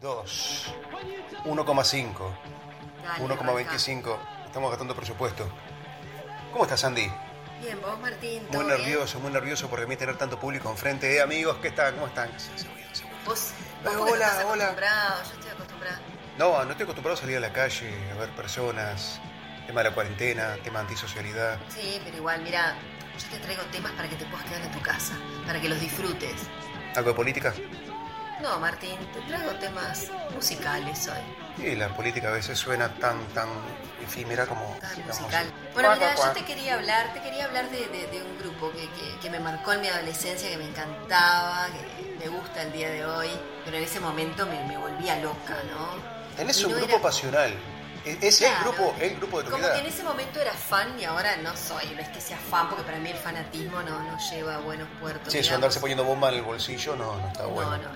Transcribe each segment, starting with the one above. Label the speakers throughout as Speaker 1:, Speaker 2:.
Speaker 1: 2, 1,5,
Speaker 2: Dale,
Speaker 1: 1,25. Estamos gastando presupuesto. ¿Cómo estás, Andy?
Speaker 2: arranca. Bien, vos, Martín. ¿todo
Speaker 1: Muy
Speaker 2: bien?
Speaker 1: nervioso, muy nervioso por mí tener tanto público enfrente. Eh, amigos, ¿qué tal? ¿Cómo están? Se hace ruido, se hace ruido.
Speaker 2: Vos,
Speaker 1: Ah,
Speaker 2: vos porque
Speaker 1: hola,
Speaker 2: estás
Speaker 1: hola.
Speaker 2: acostumbrado, yo estoy acostumbrada.
Speaker 1: No, no estoy acostumbrado a salir a la calle, a ver personas. Tema de la cuarentena, tema de antisocialidad.
Speaker 2: Sí, pero igual, mira, yo te traigo temas para que te puedas quedar en tu casa, para que los disfrutes.
Speaker 1: ¿Algo de política?
Speaker 2: No, Martín, te traigo temas musicales hoy,
Speaker 1: Y la política a veces suena tan, tan efímera como...
Speaker 2: tan
Speaker 1: digamos,
Speaker 2: musical.
Speaker 1: cuá,
Speaker 2: Bueno, mira,
Speaker 1: cuá,
Speaker 2: yo
Speaker 1: cuá.
Speaker 2: te quería hablar, te quería hablar de, de- de un grupo que, que- que me marcó en mi adolescencia, que me encantaba, que me gusta el día de hoy, pero en ese momento me, me volvía loca, ¿no?
Speaker 1: Tenés
Speaker 2: Y
Speaker 1: un
Speaker 2: no
Speaker 1: grupo
Speaker 2: era-
Speaker 1: pasional. Es, es el
Speaker 2: Claro.
Speaker 1: grupo, el grupo de tu
Speaker 2: Como
Speaker 1: vida.
Speaker 2: que en ese momento era fan y ahora no soy. No es que sea fan, porque para mí el fanatismo no, no lleva a buenos puertos.
Speaker 1: Sí, eso
Speaker 2: digamos.
Speaker 1: andarse poniendo bomba en el bolsillo no, no está
Speaker 2: No,
Speaker 1: bueno.
Speaker 2: no,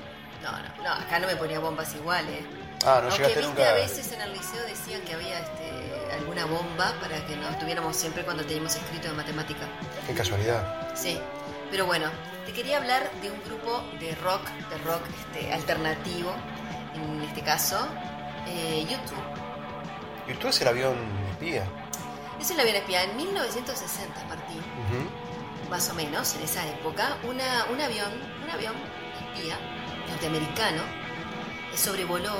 Speaker 2: no, no, no, acá no me ponía bombas iguales.
Speaker 1: Ah, no
Speaker 2: Aunque
Speaker 1: llegaste
Speaker 2: viste
Speaker 1: nunca.
Speaker 2: a veces en el liceo decían que había este, alguna bomba para que nos tuviéramos siempre cuando teníamos escrito de matemática.
Speaker 1: Qué casualidad.
Speaker 2: Sí, pero bueno, te quería hablar de un grupo de rock, de rock este, alternativo, en este caso, eh, YouTube.
Speaker 1: ¿Y tú es el avión espía?
Speaker 2: Eso la habían espiado en 1960, Martín.
Speaker 1: Ujú.
Speaker 2: más o menos en esa época, una- un avión, un avión espía norteamericano sobrevoló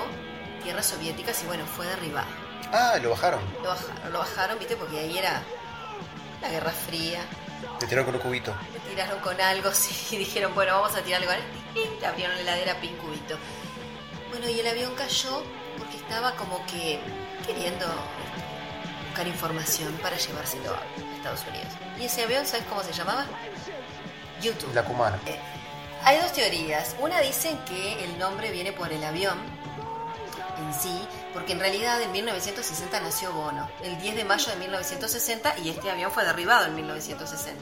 Speaker 2: tierras soviéticas y bueno, fue derribado.
Speaker 1: Ah, lo bajaron.
Speaker 2: Lo bajaron, lo bajaron, viste, porque ahí era la Guerra Fría.
Speaker 1: Te tiraron con un cubito.
Speaker 2: Le tiraron con algo, sí, y dijeron, bueno, vamos a tirar algo. Y le abrieron la heladera pincubito. Bueno, y el avión cayó porque estaba como que queriendo este, buscar información para llevárselo a Estados Unidos. Y ese avión, ¿sabes cómo se llamaba? YouTube.
Speaker 1: La cumana.
Speaker 2: Eh, Hay dos teorías. Una dicen que el nombre viene por el avión en sí, porque en realidad en 1960 nació Bono, el 10 de mayo de 1960, y este avión fue derribado en 1960.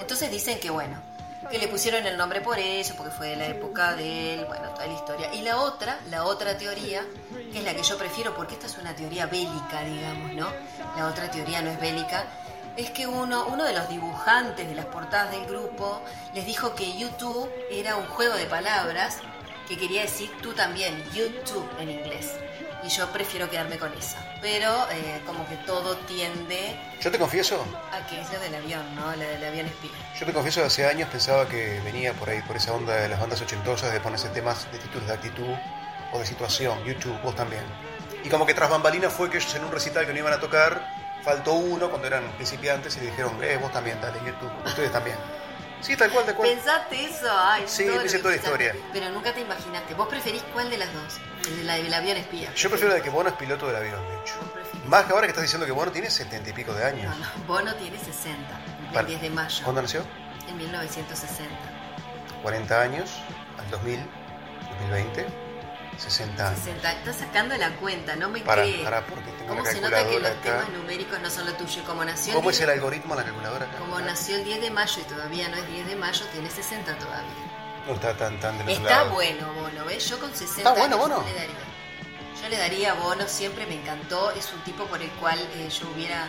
Speaker 2: Entonces dicen que bueno, que le pusieron el nombre por eso, porque fue de la época de él, bueno, toda la historia. Y la otra, la otra teoría, que es la que yo prefiero, porque esta es una teoría bélica, digamos, ¿no? La otra teoría no es bélica, es que uno, uno de los dibujantes de las portadas del grupo les dijo que YouTube era un juego de palabras que quería decir tú también, YouTube en inglés. Y yo prefiero quedarme con esa. Pero eh, como que todo tiende
Speaker 1: Yo te confieso,
Speaker 2: a que es lo del avión, ¿no? La del avión espía.
Speaker 1: yo te confieso que hace años pensaba que venía por ahí, por esa onda de las bandas ochentosas, de ponerse temas de títulos de actitud o de situación. YouTube, vos también. Y como que tras bambalinas fue que ellos en un recital que no iban a tocar, faltó uno cuando eran principiantes y le dijeron, eh, vos también, dale, YouTube, ustedes también. Sí, tal cual, tal cual.
Speaker 2: ¿Pensaste eso? Ay,
Speaker 1: Sí,
Speaker 2: todo lo
Speaker 1: pensé
Speaker 2: que
Speaker 1: toda la
Speaker 2: pensaste.
Speaker 1: historia.
Speaker 2: Pero nunca te imaginaste. ¿Vos preferís cuál de las dos? El de la del avión espía.
Speaker 1: Yo prefiero la de que Bono es piloto del avión, de hecho.
Speaker 2: Vos preferís-
Speaker 1: Más que ahora que estás diciendo que Bono tiene setenta y pico de años.
Speaker 2: No, no, Bono tiene 60, cumple el
Speaker 1: Para-
Speaker 2: 10 de mayo,
Speaker 1: ¿Cuándo nació?
Speaker 2: en 1960.
Speaker 1: 40 años, al 2000, 2020, 60 años.
Speaker 2: 60. Estás sacando la cuenta, no me
Speaker 1: Para,
Speaker 2: crees.
Speaker 1: para, porque tengo la
Speaker 2: ¿Cómo se nota que
Speaker 1: calculadora
Speaker 2: los
Speaker 1: acá.
Speaker 2: temas numéricos no son lo tuyo? Como nació,
Speaker 1: ¿Cómo es
Speaker 2: el
Speaker 1: el
Speaker 2: 10
Speaker 1: algoritmo en la calculadora acá?
Speaker 2: como nació el 10 de mayo y todavía no es 10 de mayo, tiene 60 todavía.
Speaker 1: No está tan, tan del otro
Speaker 2: Está
Speaker 1: lado.
Speaker 2: bueno Bono, ¿ves? Yo con 60
Speaker 1: Está bueno,
Speaker 2: años
Speaker 1: Bono.
Speaker 2: le daría. Yo le daría a Bono, siempre me encantó. Es un tipo por el cual eh, yo hubiera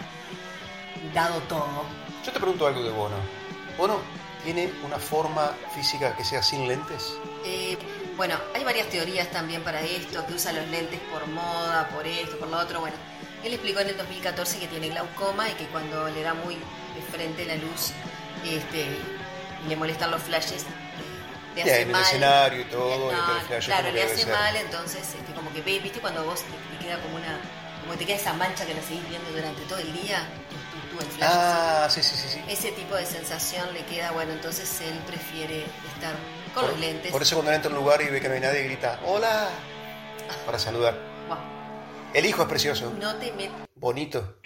Speaker 2: dado todo.
Speaker 1: Yo te pregunto algo de Bono. ¿Bono tiene una forma física que sea sin lentes?
Speaker 2: Eh, bueno, hay varias teorías también para esto, que usa los lentes por moda, por esto, por lo otro. Bueno, él explicó en el 2014 que tiene glaucoma y que cuando le da muy de frente la luz este, y le molestan los flashes, eh, le
Speaker 1: Ya,
Speaker 2: hace
Speaker 1: en el
Speaker 2: mal.
Speaker 1: escenario y todo,
Speaker 2: No,
Speaker 1: y todo el
Speaker 2: no,
Speaker 1: flash,
Speaker 2: claro,
Speaker 1: como
Speaker 2: le
Speaker 1: que debe
Speaker 2: hace
Speaker 1: ser.
Speaker 2: mal, entonces este, como que ve, viste cuando vos te, te queda como una, como que te queda esa mancha que la seguís viendo durante todo el día, tú, tú, tú, el flash. así.
Speaker 1: Ah, sí, sí, sí. sí.
Speaker 2: Ese tipo de sensación le queda, bueno, entonces él prefiere estar con los lentes.
Speaker 1: Por eso cuando él entra a un lugar y ve que no hay nadie, grita, ¡Hola! Para saludar.
Speaker 2: Guau.
Speaker 1: El hijo es precioso,
Speaker 2: No te met-
Speaker 1: bonito.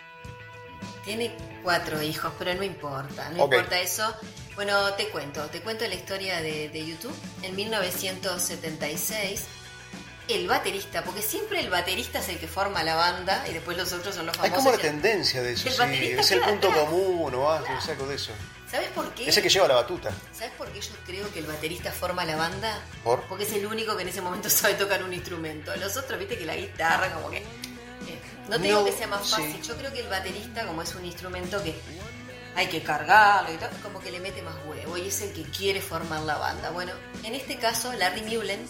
Speaker 2: Tiene cuatro hijos, pero no importa, no
Speaker 1: Ok.
Speaker 2: importa eso. Bueno, te cuento, te cuento la historia de, de YouTube. En 1976, el baterista, porque siempre el baterista es el que forma la banda y después los otros son los
Speaker 1: Hay
Speaker 2: famosos.
Speaker 1: como la
Speaker 2: Y-
Speaker 1: tendencia de eso,
Speaker 2: el
Speaker 1: sí.
Speaker 2: baterista
Speaker 1: Es el
Speaker 2: queda
Speaker 1: punto
Speaker 2: atrás.
Speaker 1: común o algo, es algo de eso.
Speaker 2: ¿Sabes por qué?
Speaker 1: Ese que lleva la batuta.
Speaker 2: ¿Sabes por qué yo creo que el baterista forma la banda?
Speaker 1: ¿Por?
Speaker 2: Porque es el único que en ese momento sabe tocar un instrumento. Los otros, viste que la guitarra, como que. eh, no te digo
Speaker 1: No,
Speaker 2: que sea más
Speaker 1: sí.
Speaker 2: fácil. Yo creo que el baterista, como es un instrumento que hay que cargarlo y todo, como que le mete más huevo y es el que quiere formar la banda. Bueno, en este caso, Larry Mullen,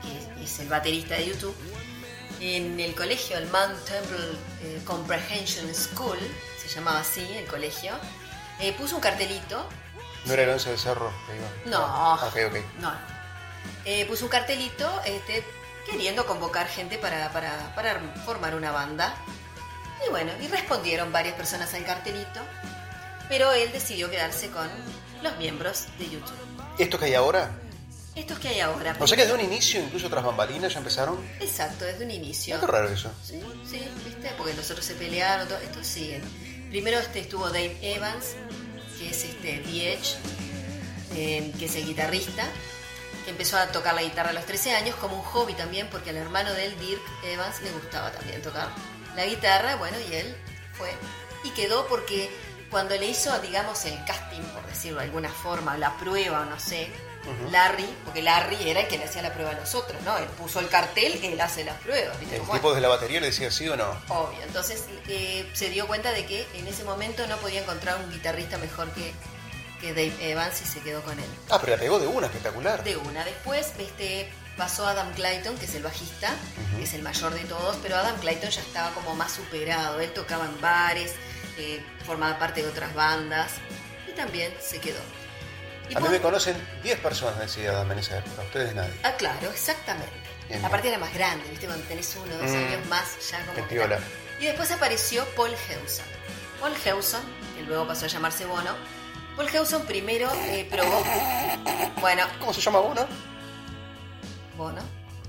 Speaker 2: que es es el baterista de YouTube, en el colegio, el Mount Temple eh, Comprehension School, se llamaba así el colegio, eh, puso un cartelito.
Speaker 1: No era el 11 de Cerro, te digo.
Speaker 2: No.
Speaker 1: Ok, ok.
Speaker 2: No. Eh, puso un cartelito este, queriendo convocar gente para, para, para formar una banda. Y bueno, y respondieron varias personas al cartelito, pero él decidió quedarse con los miembros de YouTube.
Speaker 1: ¿Esto que hay ahora?
Speaker 2: Estos que hay ahora.
Speaker 1: O sea que desde un inicio, incluso tras bambalinas, ya empezaron.
Speaker 2: Exacto, desde un inicio.
Speaker 1: Qué raro eso.
Speaker 2: Sí, sí, viste, porque los otros se pelearon, todo, estos siguen. Primero este estuvo Dave Evans, que es este The Edge, eh, que es el guitarrista, que empezó a tocar la guitarra a los 13 años como un hobby también, porque al hermano del Dirk Evans le gustaba también tocar la guitarra, bueno, y él fue y quedó porque cuando le hizo, digamos, el casting, por decirlo de alguna forma, o la prueba, o no sé,
Speaker 1: Ujú.
Speaker 2: Larry, porque Larry era el que le hacía la prueba a nosotros, ¿no? Él puso el cartel, él hace las pruebas, ¿viste?
Speaker 1: El
Speaker 2: Bueno.
Speaker 1: tipo de la batería le decía sí o no.
Speaker 2: Obvio, entonces eh, se dio cuenta de que en ese momento no podía encontrar un guitarrista mejor que, que Dave Evans y se quedó con él.
Speaker 1: Ah, pero la pegó de una, espectacular.
Speaker 2: De una, después este, pasó Adam Clayton, que es el bajista,
Speaker 1: Ujú.
Speaker 2: que es el mayor de todos, pero Adam Clayton ya estaba como más superado, él tocaba en bares, eh, formaba parte de otras bandas y también se quedó. Y
Speaker 1: A mí
Speaker 2: por-
Speaker 1: me conocen 10 personas de esa edad en esa época, ustedes nadie.
Speaker 2: Ah, claro, exactamente.
Speaker 1: Bien,
Speaker 2: Aparte era más grande, ¿viste? Cuando tenés uno o dos
Speaker 1: Mm.
Speaker 2: años más, ya como...
Speaker 1: Te
Speaker 2: que-
Speaker 1: piola.
Speaker 2: Y después apareció Paul Hewson. Paul Hewson, que luego pasó a llamarse Bono. Paul Hewson primero eh, probó... Bueno,
Speaker 1: ¿Cómo se llama uno?
Speaker 2: Bono,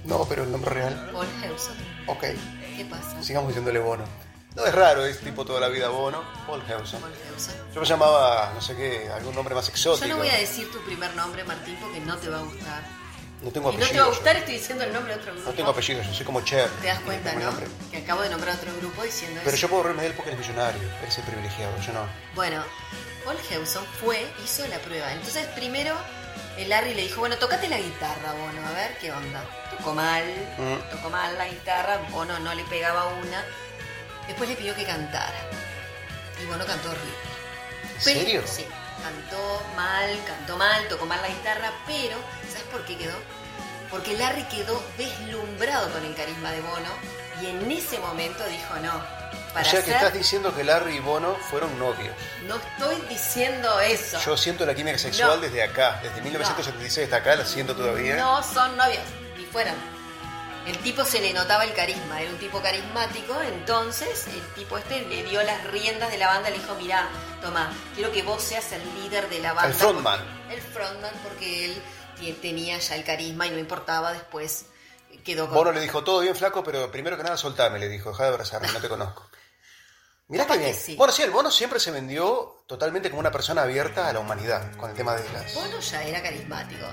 Speaker 1: No, pero el nombre real.
Speaker 2: Paul Hewson.
Speaker 1: Ok,
Speaker 2: ¿Qué pasa?
Speaker 1: sigamos diciéndole Bono. No es raro, es tipo toda la vida Bono, Paul Hewson.
Speaker 2: Paul Hewson.
Speaker 1: Yo me llamaba, no sé qué, algún nombre más exótico.
Speaker 2: Yo no voy a decir tu primer nombre, Martín, porque no te va a gustar.
Speaker 1: No tengo
Speaker 2: Y no
Speaker 1: apellido.
Speaker 2: te va a
Speaker 1: yo.
Speaker 2: gustar, estoy diciendo el nombre de otro grupo.
Speaker 1: No tengo apellido, yo soy como Cher.
Speaker 2: Te das
Speaker 1: eh,
Speaker 2: cuenta,
Speaker 1: como
Speaker 2: ¿no?
Speaker 1: nombre.
Speaker 2: Que acabo de nombrar otro grupo diciendo
Speaker 1: Pero
Speaker 2: eso.
Speaker 1: yo puedo reírme de él porque él es millonario, él es el privilegiado, yo no.
Speaker 2: Bueno, Paul Hewson fue, hizo la prueba. Entonces, primero, el Larry le dijo, bueno, tocate la guitarra, Bono, a ver qué onda. Tocó mal,
Speaker 1: Mm.
Speaker 2: tocó mal la guitarra, Bono no le pegaba una. Después le pidió que cantara. Y Bono cantó horrible.
Speaker 1: ¿En
Speaker 2: Pero-
Speaker 1: serio?
Speaker 2: Sí, cantó mal, cantó mal, tocó mal la guitarra, pero ¿sabes por qué quedó? Porque Larry quedó deslumbrado con el carisma de Bono y en ese momento dijo no.
Speaker 1: O
Speaker 2: Para
Speaker 1: sea que
Speaker 2: ser-
Speaker 1: estás diciendo que Larry y Bono fueron novios.
Speaker 2: No estoy diciendo eso.
Speaker 1: Yo siento la química sexual
Speaker 2: No.
Speaker 1: desde acá, desde 1976 hasta acá, la siento todavía.
Speaker 2: No son novios, ni fueron. El tipo se le notaba el carisma, era un tipo carismático, entonces el tipo este le dio las riendas de la banda, le dijo, mirá, toma, quiero que vos seas el líder de la banda.
Speaker 1: El frontman.
Speaker 2: porque- El frontman porque él tie- tenía ya el carisma y no importaba, después quedó con...
Speaker 1: Bono le dijo todo bien flaco, pero primero que nada soltame, le dijo, deja de abrazarme, no te conozco. Mirá
Speaker 2: Capaz
Speaker 1: que
Speaker 2: que
Speaker 1: bien.
Speaker 2: sí.
Speaker 1: Bueno, sí, el Bono siempre se vendió totalmente como una persona abierta a la humanidad, con el tema de las...
Speaker 2: Bono ya era carismático.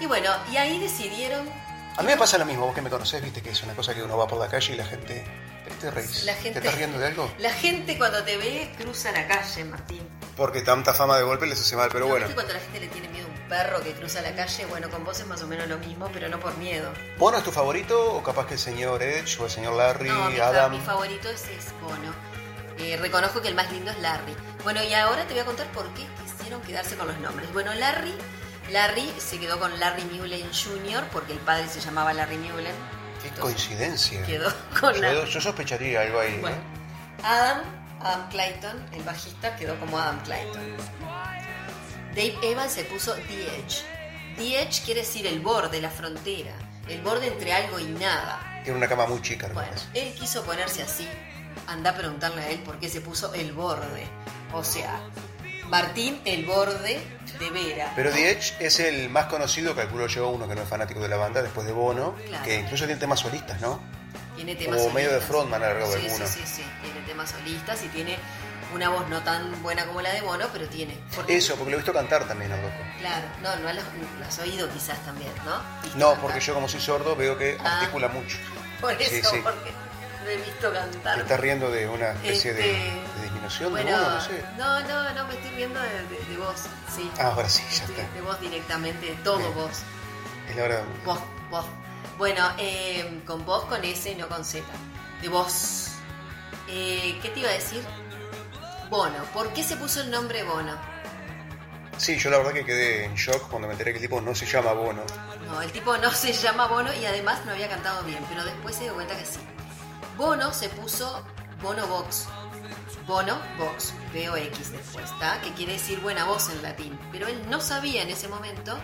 Speaker 2: Y bueno, y ahí decidieron,
Speaker 1: A mí me pasa lo mismo, vos que me conocés, viste que es una cosa que uno va por la calle y la gente... ¿Te, te reís?
Speaker 2: La gente-
Speaker 1: ¿Te estás riendo de algo?
Speaker 2: la gente cuando te ve cruza la calle, Martín.
Speaker 1: Porque tanta fama de golpe les hace mal, pero
Speaker 2: No,
Speaker 1: bueno.
Speaker 2: ¿viste cuando la gente le tiene miedo a un perro que cruza la calle? Bueno, con vos es más o menos lo mismo, pero no por miedo.
Speaker 1: ¿Bono es tu favorito o capaz que el señor Edge o el señor Larry,
Speaker 2: no, mi, fa-
Speaker 1: Adam?
Speaker 2: mi favorito es, es Bono. Eh, reconozco que el más lindo es Larry. Bueno, y ahora te voy a contar por qué quisieron quedarse con los nombres. Bueno, Larry, Larry se quedó con Larry Mullen Jr. porque el padre se llamaba Larry Mullen.
Speaker 1: Qué
Speaker 2: Entonces,
Speaker 1: coincidencia.
Speaker 2: Quedó con
Speaker 1: Yo,
Speaker 2: Larry.
Speaker 1: yo sospecharía algo ahí. ¿eh?
Speaker 2: Bueno, Adam, Adam Clayton, el bajista, quedó como Adam Clayton. Dave Evans se puso The Edge. The Edge quiere decir el borde, la frontera, el borde entre algo y nada.
Speaker 1: Tiene una cama muy chica, me
Speaker 2: Bueno,
Speaker 1: parece.
Speaker 2: él quiso ponerse así. Anda a preguntarle a él por qué se puso el borde. O sea, Martín, el borde de Vera.
Speaker 1: Pero The Edge es el más conocido, calculo yo, uno que no es fanático de la banda, después de Bono,
Speaker 2: Claro.
Speaker 1: que incluso tiene temas solistas, ¿no?
Speaker 2: Tiene temas
Speaker 1: Como medio de
Speaker 2: solistas.
Speaker 1: frontman a lo largo de
Speaker 2: sí,
Speaker 1: alguno.
Speaker 2: sí, sí, sí. Tiene temas solistas y tiene una voz no tan buena como la de Bono, pero tiene. Porque-
Speaker 1: Eso, porque lo he visto cantar también al loco.
Speaker 2: Claro, no, no las, las has oído quizás también, ¿no? Viste
Speaker 1: No,
Speaker 2: cantar.
Speaker 1: porque yo como soy sordo veo que
Speaker 2: Ah.
Speaker 1: articula mucho.
Speaker 2: Por
Speaker 1: Sí,
Speaker 2: eso,
Speaker 1: sí.
Speaker 2: porque me he visto
Speaker 1: Te
Speaker 2: cantar.
Speaker 1: está riendo de una especie de,
Speaker 2: Este,
Speaker 1: de disminución
Speaker 2: bueno,
Speaker 1: de Bono, no sé.
Speaker 2: no, no, no, me estoy viendo de, de- de vos, sí.
Speaker 1: Ah, ahora sí, ya
Speaker 2: Estoy
Speaker 1: está.
Speaker 2: de vos directamente, de todo
Speaker 1: Bien.
Speaker 2: vos.
Speaker 1: Es la hora de...
Speaker 2: Vos, vos. Bueno, eh, con vos, con S, no con Z. De vos. Eh, ¿Qué te iba a decir? Bono. ¿Por qué se puso el nombre Bono?
Speaker 1: Sí, yo la verdad que quedé en shock cuando me enteré que el tipo no se llama Bono.
Speaker 2: No, el tipo no se llama Bono y además no había cantado bien, pero después se dio cuenta que sí. Bono se puso Bono Vox. Bono Vox, B-O-X después, ¿tá? Que quiere decir buena voz en latín. Pero él no sabía en ese momento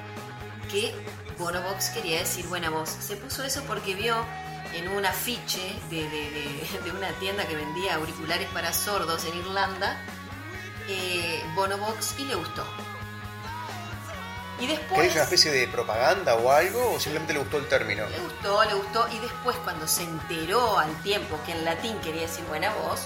Speaker 2: que Bono Vox quería decir buena voz. Se puso eso porque vio en un afiche de, de- de- de una tienda que vendía auriculares para sordos en Irlanda eh, Bono Vox y le gustó. Y
Speaker 1: ¿Querés
Speaker 2: después...
Speaker 1: una especie de propaganda o algo? ¿O simplemente le gustó el término?
Speaker 2: Le gustó, le gustó y después cuando se enteró al tiempo que en latín quería decir buena voz,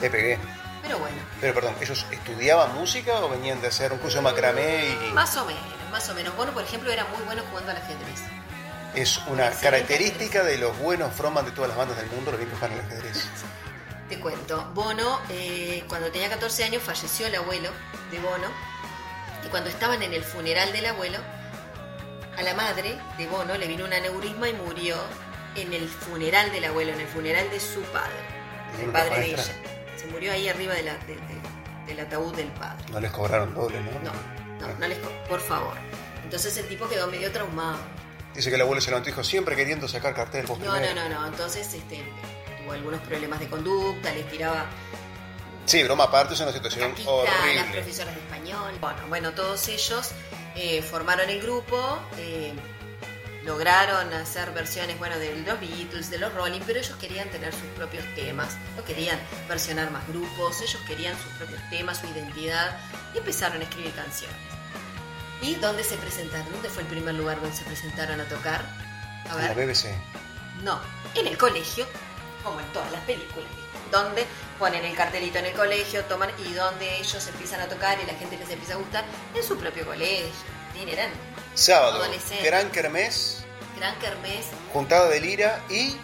Speaker 1: Le pegué.
Speaker 2: pero bueno,
Speaker 1: Pero perdón, ¿ellos estudiaban música o venían de hacer un curso de macramé y
Speaker 2: más o menos, más o menos. Bono, por ejemplo, era muy bueno jugando al ajedrez.
Speaker 1: es una
Speaker 2: Excelente.
Speaker 1: característica de los buenos frontman de todas las bandas del mundo, los bien que juegan al ajedrez?
Speaker 2: Te cuento, Bono, eh, cuando tenía 14 años falleció el abuelo de Bono y cuando estaban en el funeral del abuelo, a la madre de Bono le vino un aneurisma y murió en el funeral del abuelo, en el funeral de su padre, el
Speaker 1: Una
Speaker 2: padre de
Speaker 1: maestra.
Speaker 2: ella. Se murió ahí arriba de la- de- de- del ataúd del padre.
Speaker 1: No les cobraron doble, ¿no?
Speaker 2: No, no, no les co- por favor. Entonces el tipo quedó medio traumado.
Speaker 1: Dice que el abuelo se levantó y dijo siempre queriendo sacar cartel vos
Speaker 2: No, no,
Speaker 1: primero".
Speaker 2: no, no. Entonces este, tuvo algunos problemas de conducta, les tiraba
Speaker 1: Sí, broma aparte, es una situación
Speaker 2: caquita a las
Speaker 1: horrible.
Speaker 2: profesoras de español. Bueno, bueno, todos ellos eh, formaron el grupo, eh, lograron hacer versiones, bueno, de los Beatles, de los Rolling, pero ellos querían tener sus propios temas, no querían versionar más grupos, ellos querían sus propios temas, su identidad, y empezaron a escribir canciones. ¿Y dónde se presentaron? ¿Dónde fue el primer lugar donde se presentaron a tocar? A
Speaker 1: En la
Speaker 2: ver.
Speaker 1: BBC.
Speaker 2: No, en el colegio, como en todas las películas, ¿viste? donde ponen el cartelito en el colegio, toman y donde ellos empiezan a tocar y la gente les empieza a gustar en su propio colegio. Tienen
Speaker 1: Sábado,
Speaker 2: Adolescente.
Speaker 1: Gran Kermés,
Speaker 2: gran kermés,
Speaker 1: Juntada de Lira y...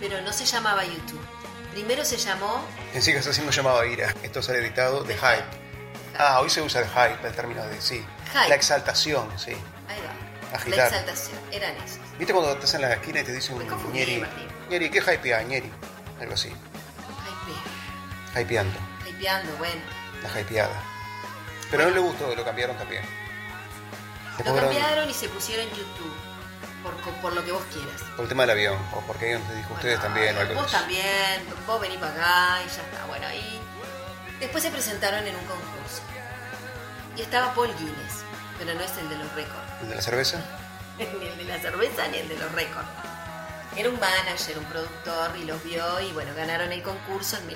Speaker 2: pero no se llamaba YouTube. Primero se llamó
Speaker 1: En sí, que así no llamaba Ira. Esto sale editado de Hype. Ah, hoy se usa el hype, el término de sí.
Speaker 2: Hype.
Speaker 1: La exaltación, sí.
Speaker 2: Ahí va. La
Speaker 1: Agitar.
Speaker 2: exaltación, eran esos.
Speaker 1: ¿Viste cuando estás en la esquina y te dicen
Speaker 2: Me confundí,
Speaker 1: Ñeri?
Speaker 2: Martín.
Speaker 1: Ñeri, ¿qué hype hay, Ñeri? Algo así.
Speaker 2: Hype,
Speaker 1: Hypeando.
Speaker 2: hypeando, bueno.
Speaker 1: La hypeada. Pero no le gustó, lo cambiaron también.
Speaker 2: Lo
Speaker 1: fueron
Speaker 2: cambiaron y se pusieron YouTube, por, co- por lo que vos quieras.
Speaker 1: Por el tema del avión, o porque alguien te dijo ustedes
Speaker 2: Bueno,
Speaker 1: también, o algo
Speaker 2: Vos
Speaker 1: así.
Speaker 2: también, vos venís para acá y ya está. Bueno, y después se presentaron en un concurso. Y estaba Paul Guinness, pero no es el de los récords.
Speaker 1: ¿El de la cerveza?
Speaker 2: ni el de la cerveza ni el de los récords. Era un manager, un productor y los vio y bueno, ganaron el concurso en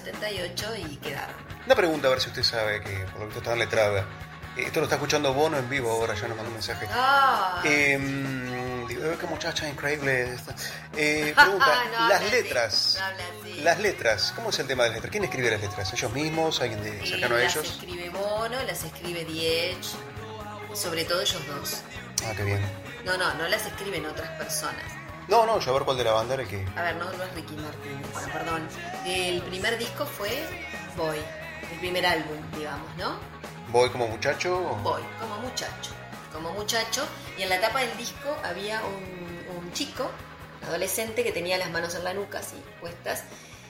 Speaker 2: 1978 y quedaron.
Speaker 1: Una pregunta, a ver si usted sabe que por lo visto está letrada. Eh, Esto lo está escuchando Bono en vivo ahora, ya nos mandó un mensaje.
Speaker 2: Ah,
Speaker 1: Eh, digo, "Eh, qué muchacha increíble. esta". Eh, pregunta,
Speaker 2: no habla
Speaker 1: las
Speaker 2: así,
Speaker 1: letras.
Speaker 2: no habla así.
Speaker 1: Las letras, ¿cómo es el tema de las letras? ¿Quién escribe las letras? ¿Ellos mismos? ¿Alguien de
Speaker 2: Y
Speaker 1: cercano a
Speaker 2: las
Speaker 1: ellos?
Speaker 2: escribe Bono, las escribe Diech, sobre todo ellos dos.
Speaker 1: Ah, qué bien.
Speaker 2: No, no, no las escriben otras personas.
Speaker 1: No, no, yo a ver cuál de la banda era el que.
Speaker 2: A ver, no, no es Ricky Martin, bueno, perdón. El primer disco fue Boy, el primer álbum, digamos, ¿no?
Speaker 1: ¿Voy como muchacho? o-
Speaker 2: Boy, como muchacho, como muchacho. Y en la tapa del disco había un, un chico, adolescente, que tenía las manos en la nuca, así, puestas.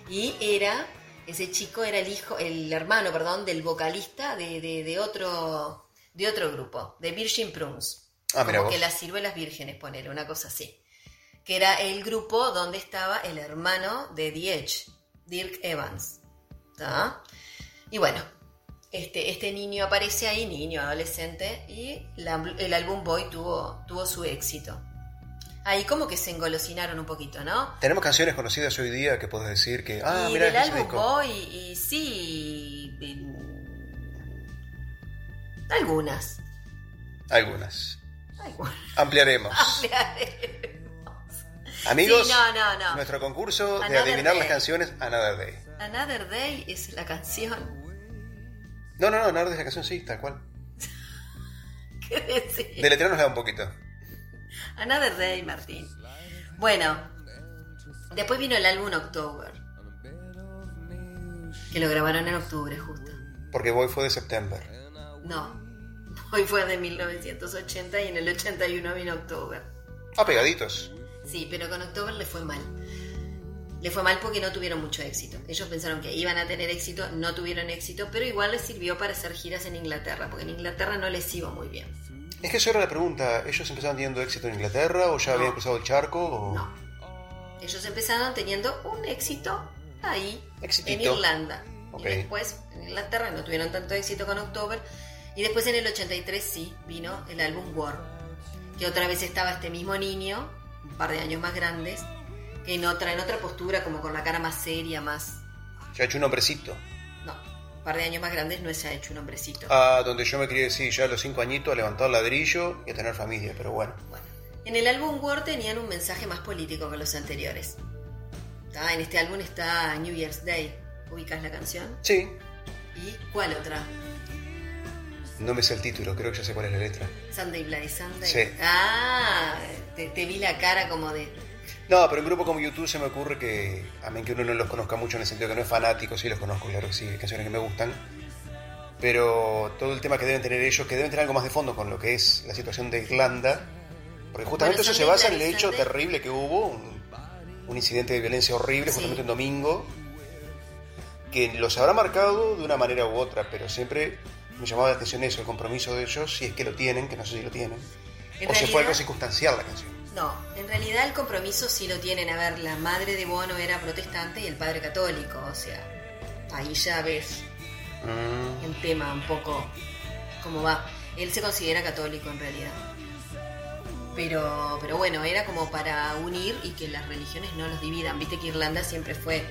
Speaker 2: Y era, ese chico era el hijo, el hermano, perdón, del vocalista de, de- de otro, de otro grupo, de Virgin Prunes.
Speaker 1: Ah, mira
Speaker 2: Como
Speaker 1: vos.
Speaker 2: que las ciruelas vírgenes, poner una cosa así. Que era el grupo donde estaba el hermano de The Edge, Dirk Evans. ¿Tá? Y bueno, este, este niño aparece ahí, niño, adolescente, y la- el álbum Boy tuvo, tuvo su éxito. Ahí como que se engolosinaron un poquito, ¿no?
Speaker 1: Tenemos canciones conocidas hoy día que podés decir que. Ah,
Speaker 2: y
Speaker 1: mira,
Speaker 2: del
Speaker 1: ese
Speaker 2: álbum
Speaker 1: disco.
Speaker 2: Boy, y sí. y- algunas.
Speaker 1: Algunas.
Speaker 2: Algunas.
Speaker 1: Ampliaremos. Amigos,
Speaker 2: Ah, Sí, no, no, no.
Speaker 1: nuestro concurso de
Speaker 2: Another
Speaker 1: adivinar las
Speaker 2: Day.
Speaker 1: canciones Another Day.
Speaker 2: Another Day es la canción
Speaker 1: No, no, no, Another Day es la canción, sí, tal cual.
Speaker 2: que decía.
Speaker 1: Deletrearnos da un poquito.
Speaker 2: Another Day, Martín. Bueno, después vino el álbum October. Que lo grabaron en octubre, justo.
Speaker 1: Porque Boy fue de septiembre.
Speaker 2: No, hoy fue de 1980 y en el 81 vino October.
Speaker 1: Ah, pegaditos.
Speaker 2: Sí, pero con October le fue mal. Le fue mal porque no tuvieron mucho éxito. Ellos pensaron que iban a tener éxito, no tuvieron éxito, pero igual les sirvió para hacer giras en Inglaterra, porque en Inglaterra no les iba muy bien.
Speaker 1: Es que esa era la pregunta. ¿Ellos empezaron teniendo éxito en Inglaterra o ya
Speaker 2: No.
Speaker 1: habían cruzado el charco? O...
Speaker 2: No. Ellos empezaron teniendo un éxito ahí,
Speaker 1: Exitito.
Speaker 2: en Irlanda.
Speaker 1: Ok.
Speaker 2: Y después en Inglaterra no tuvieron tanto éxito con October. Y después en el 83 sí vino el álbum War, que otra vez estaba este mismo niño, un par de años más grandes, que en otra, en otra postura, como con la cara más seria, más...
Speaker 1: Ya ha hecho un hombrecito.
Speaker 2: No, un par de años más grandes no se ha hecho un hombrecito.
Speaker 1: Ah, donde yo me quería decir ya a los cinco añitos a levantar ladrillo y a tener familia, pero bueno.
Speaker 2: Bueno, en el álbum War tenían un mensaje más político que los anteriores. Ah, en este álbum está New Year's Day. ¿Ubicas la canción?
Speaker 1: Sí,
Speaker 2: ¿Y cuál otra?
Speaker 1: no me sé el título, creo que ya sé cuál es la letra.
Speaker 2: Sunday Bloody Sunday.
Speaker 1: Sí.
Speaker 2: Ah, te, te vi la cara como de.
Speaker 1: No, pero un grupo como YouTube se me ocurre que, a mí que uno no los conozca mucho en el sentido que no es fanático, sí los conozco, claro que sí, hay canciones que me gustan. Pero todo el tema que deben tener ellos, que deben tener algo más de fondo con lo que es la situación de Irlanda, porque justamente
Speaker 2: Bueno,
Speaker 1: eso se
Speaker 2: Sunday
Speaker 1: basa en el
Speaker 2: Bloody
Speaker 1: hecho
Speaker 2: Sunday.
Speaker 1: terrible que hubo, un, un incidente de violencia horrible,
Speaker 2: Sí.
Speaker 1: justamente un domingo, que los habrá marcado de una manera u otra, pero siempre me llamaba la atención eso, el compromiso de ellos, si es que lo tienen, que no sé si lo tienen,
Speaker 2: En
Speaker 1: o si fue algo
Speaker 2: realidad-
Speaker 1: circunstancial la canción.
Speaker 2: No, en realidad el compromiso sí lo tienen. A ver, la madre de Bono era protestante y el padre católico. O sea, ahí ya ves
Speaker 1: Mm.
Speaker 2: el tema un poco cómo va. Él se considera católico en realidad. Pero, pero bueno, era como para unir y que las religiones no los dividan. Viste que Irlanda siempre fue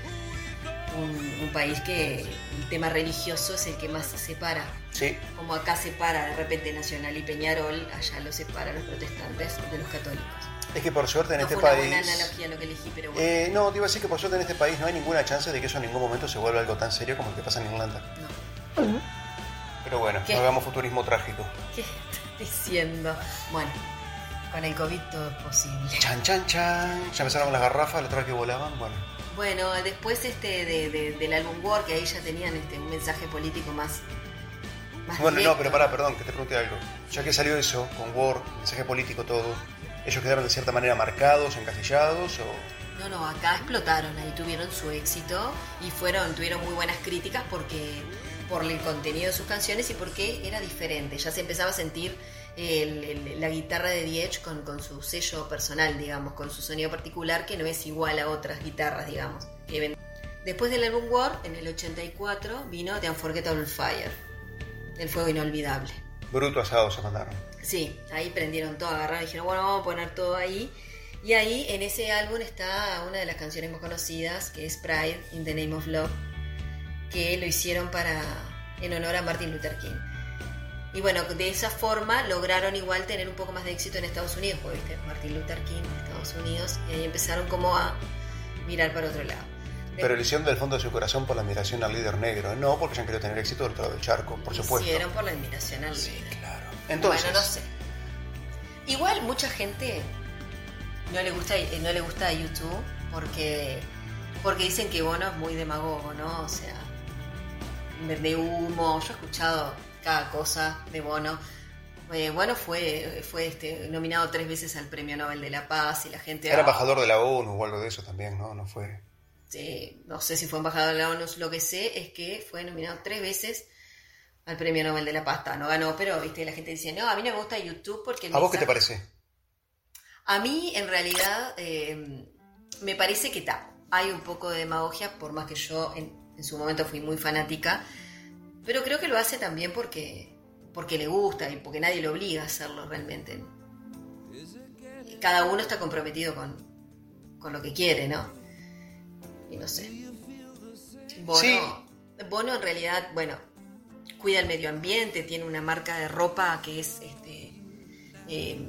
Speaker 2: un, un país que el tema religioso es el que más se separa.
Speaker 1: Sí,
Speaker 2: Como acá separa de repente Nacional y Peñarol, allá lo separa los protestantes de los católicos.
Speaker 1: Es que por suerte en
Speaker 2: no
Speaker 1: este
Speaker 2: fue una
Speaker 1: país.
Speaker 2: buena analogía lo que elegí, pero bueno.
Speaker 1: Eh, no, te iba a decir que por suerte en este país no hay ninguna chance de que eso en ningún momento se vuelva algo tan serio como el que pasa en Irlanda.
Speaker 2: no.
Speaker 1: Pero bueno,
Speaker 2: ¿Qué?
Speaker 1: no hagamos futurismo trágico.
Speaker 2: ¿Qué estás diciendo? Bueno, con el COVID todo es posible.
Speaker 1: Chan, chan, chan. Ya empezaron con las garrafas, las otras que volaban. Bueno,
Speaker 2: Bueno, después este de- de- del álbum War, que ahí ya tenían este, un mensaje político más. más
Speaker 1: bueno no,
Speaker 2: directo.
Speaker 1: pero pará, perdón, que te pregunte algo. Ya que salió eso, con Word, mensaje político, todo, ¿ellos quedaron de cierta manera marcados, encasillados o.?
Speaker 2: No, no, acá explotaron, ahí tuvieron su éxito y fueron, tuvieron muy buenas críticas porque por el contenido de sus canciones y porque era diferente. Ya se empezaba a sentir el- el- la guitarra de Diech con, con su sello personal, digamos, con su sonido particular que no es igual a otras guitarras, digamos. que ven- Después del álbum War, en el 84, vino The Unforgettable Fire, El Fuego Inolvidable.
Speaker 1: Bruto asado se mandaron.
Speaker 2: Sí, ahí prendieron todo, agarraron y dijeron, bueno, vamos a poner todo ahí. Y ahí en ese álbum está una de las canciones más conocidas, que es Pride in the Name of Love, que lo hicieron para en honor a Martin Luther King. Y bueno, de esa forma lograron igual tener un poco más de éxito en Estados Unidos, porque viste, Martin Luther King, Estados Unidos, y ahí empezaron como a mirar para otro lado.
Speaker 1: Pero lo hicieron del fondo de su corazón por la admiración al líder negro. No, porque ya han querido tener éxito del otro lado del charco, por
Speaker 2: Lo
Speaker 1: supuesto.
Speaker 2: Hicieron por la admiración al
Speaker 1: Sí,
Speaker 2: líder.
Speaker 1: claro. Entonces.
Speaker 2: Bueno, no sé. Igual mucha gente no le gusta eh, no le gusta YouTube porque porque dicen que Bono es muy demagogo, ¿no? O sea, vende humo. Yo he escuchado cada cosa de Bono. Eh, Bono fue fue este, nominado tres veces al Premio Nobel de la Paz y la gente
Speaker 1: Era
Speaker 2: "Ah,
Speaker 1: embajador de la ONU o algo de eso también, ¿no? No fue.
Speaker 2: eh, no sé si fue embajador de la ONU, lo que sé es que fue nominado tres veces al Premio Nobel de la Pasta. No ganó, pero viste la gente dice, no, a mí no me gusta YouTube porque... el
Speaker 1: ¿A vos qué te
Speaker 2: mensaje-".
Speaker 1: parece?
Speaker 2: A mí, en realidad, eh, me parece que ta, hay un poco de demagogia, por más que yo en, en su momento fui muy fanática, pero creo que lo hace también porque, porque le gusta y porque nadie lo obliga a hacerlo realmente. Cada uno está comprometido con, con lo que quiere, ¿no? Y no sé. Bono,
Speaker 1: Sí.
Speaker 2: Bono en realidad, bueno, cuida el medio ambiente, tiene una marca de ropa que es este. eh,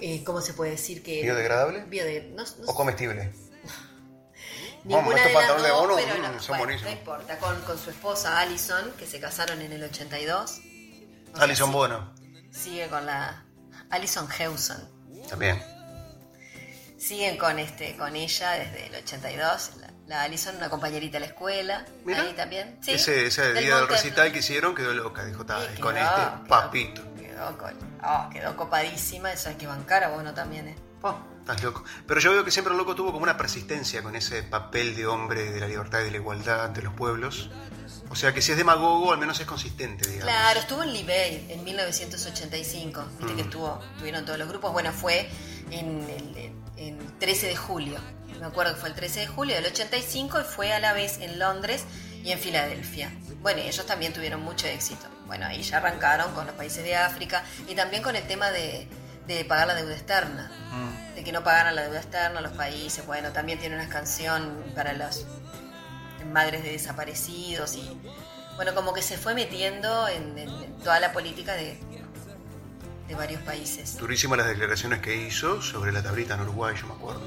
Speaker 2: eh, ¿Cómo se puede decir que
Speaker 1: ¿Biodegradable?
Speaker 2: biode- no- no
Speaker 1: ¿O comestible? Vamos,
Speaker 2: Ninguna
Speaker 1: estos
Speaker 2: de las
Speaker 1: pantalones de
Speaker 2: dos,
Speaker 1: Bono,
Speaker 2: pero
Speaker 1: mm,
Speaker 2: no,
Speaker 1: son
Speaker 2: bueno, no
Speaker 1: buenísimos.
Speaker 2: importa. Con, con su esposa Allison, que se casaron en el 82. O sea,
Speaker 1: Ah, Alison
Speaker 2: sí,
Speaker 1: Bono.
Speaker 2: Sigue con la Allison Hewson.
Speaker 1: También.
Speaker 2: Siguen con este con ella desde el 82. La, la Allison, una compañerita de la escuela.
Speaker 1: Mirá.
Speaker 2: Ahí también. Sí,
Speaker 1: ese ese
Speaker 2: del
Speaker 1: día del
Speaker 2: Mountain
Speaker 1: recital
Speaker 2: Blue.
Speaker 1: que hicieron quedó loca, dijo, "Ta,
Speaker 2: Sí,
Speaker 1: con
Speaker 2: quedó,
Speaker 1: este
Speaker 2: quedó- oh,
Speaker 1: papito.
Speaker 2: Quedó, con- ah, quedó copadísima. Eso hay que bancar a Bono también, ¿eh? Po.
Speaker 1: Estás loco. Pero yo veo que siempre el loco tuvo como una persistencia con ese papel de hombre de la libertad y de la igualdad ante los pueblos. O sea que si es demagogo, al menos es consistente, digamos.
Speaker 2: Claro, estuvo en Libé en 1985. Viste
Speaker 1: Mm.
Speaker 2: que estuvo, tuvieron todos los grupos. Bueno, fue en el en 13 de julio. Me acuerdo que fue el 13 de julio del 85 y fue a la vez en Londres y en Filadelfia. Bueno, y ellos también tuvieron mucho éxito. Bueno, ahí ya arrancaron con los países de África y también con el tema de, de pagar la deuda externa.
Speaker 1: Mm.
Speaker 2: De que no pagaran la deuda externa a los países. Bueno, también tiene una canción para las madres de desaparecidos y bueno, como que se fue metiendo en, en- en toda la política de, de varios países.
Speaker 1: Durísimas las declaraciones que hizo sobre la tablita en Uruguay, yo me acuerdo.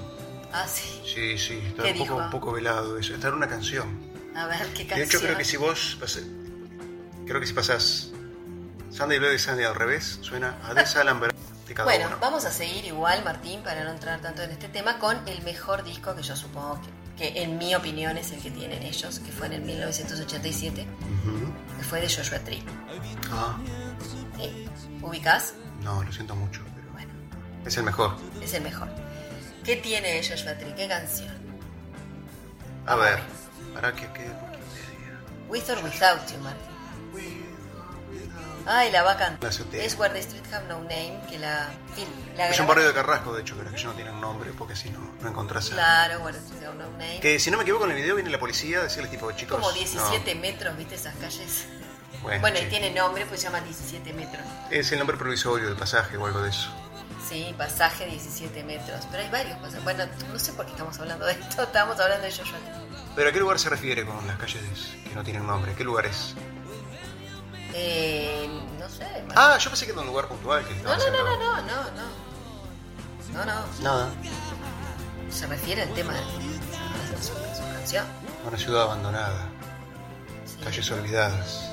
Speaker 2: Ah, sí.
Speaker 1: Sí, sí, está
Speaker 2: ¿Qué
Speaker 1: un poco,
Speaker 2: dijo?
Speaker 1: un poco velado eso. Está en una canción.
Speaker 2: A ver qué canción.
Speaker 1: De hecho, creo que si vos. pas- Creo que si pasás. Sunday Bloody Sunday al revés, suena a Des Alan Ber- de cada
Speaker 2: Bueno,
Speaker 1: uno.
Speaker 2: vamos a seguir igual, Martín, para no entrar tanto en este tema, con el mejor disco que yo supongo que, que en mi opinión es el que tienen ellos, que fue en el 1987,
Speaker 1: Ujú.
Speaker 2: que fue de Joshua Tree.
Speaker 1: Ah,
Speaker 2: ¿Eh? ¿Ubicás?
Speaker 1: no, lo siento mucho, pero
Speaker 2: Bueno,
Speaker 1: es el mejor.
Speaker 2: es el mejor. ¿Qué tiene Joshua Tree? ¿Qué canción?
Speaker 1: A ver, para que quede Wikipedia.
Speaker 2: With or Without You, Martín. Ay, la va a cantar.
Speaker 1: La azotea.
Speaker 2: Es Where the Street Have No Name, que la... fin, la
Speaker 1: Es un
Speaker 2: grabaron-
Speaker 1: barrio de Carrasco, de hecho, pero que ellos no tienen nombre, porque si no, no encontrás a...
Speaker 2: Claro, Where the Street Have No Name.
Speaker 1: Que si no me equivoco, en el video viene la policía a decirles, tipo, chicos...
Speaker 2: Como
Speaker 1: no.
Speaker 2: 17 metros, ¿viste esas calles?
Speaker 1: Bueno,
Speaker 2: Bueno,
Speaker 1: sí.
Speaker 2: y tiene nombre, pues se llama 17 metros.
Speaker 1: Es el nombre provisorio del pasaje o algo de eso.
Speaker 2: Sí, pasaje 17 metros. Pero hay varios pasajes. Bueno, no sé por qué estamos hablando de esto. Estábamos hablando de Joshua.
Speaker 1: ¿Pero a qué lugar se refiere con las calles que no tienen nombre? ¿Qué lugar es?
Speaker 2: Eh, no sé. Mar-
Speaker 1: Ah, yo pensé que era un lugar puntual que
Speaker 2: no,
Speaker 1: estaba
Speaker 2: no, no,
Speaker 1: haciendo-
Speaker 2: no, no, no, no. No, no.
Speaker 1: Nada.
Speaker 2: Se refiere al tema de de su, de su canción.
Speaker 1: Una ciudad abandonada,
Speaker 2: Sí.
Speaker 1: calles olvidadas,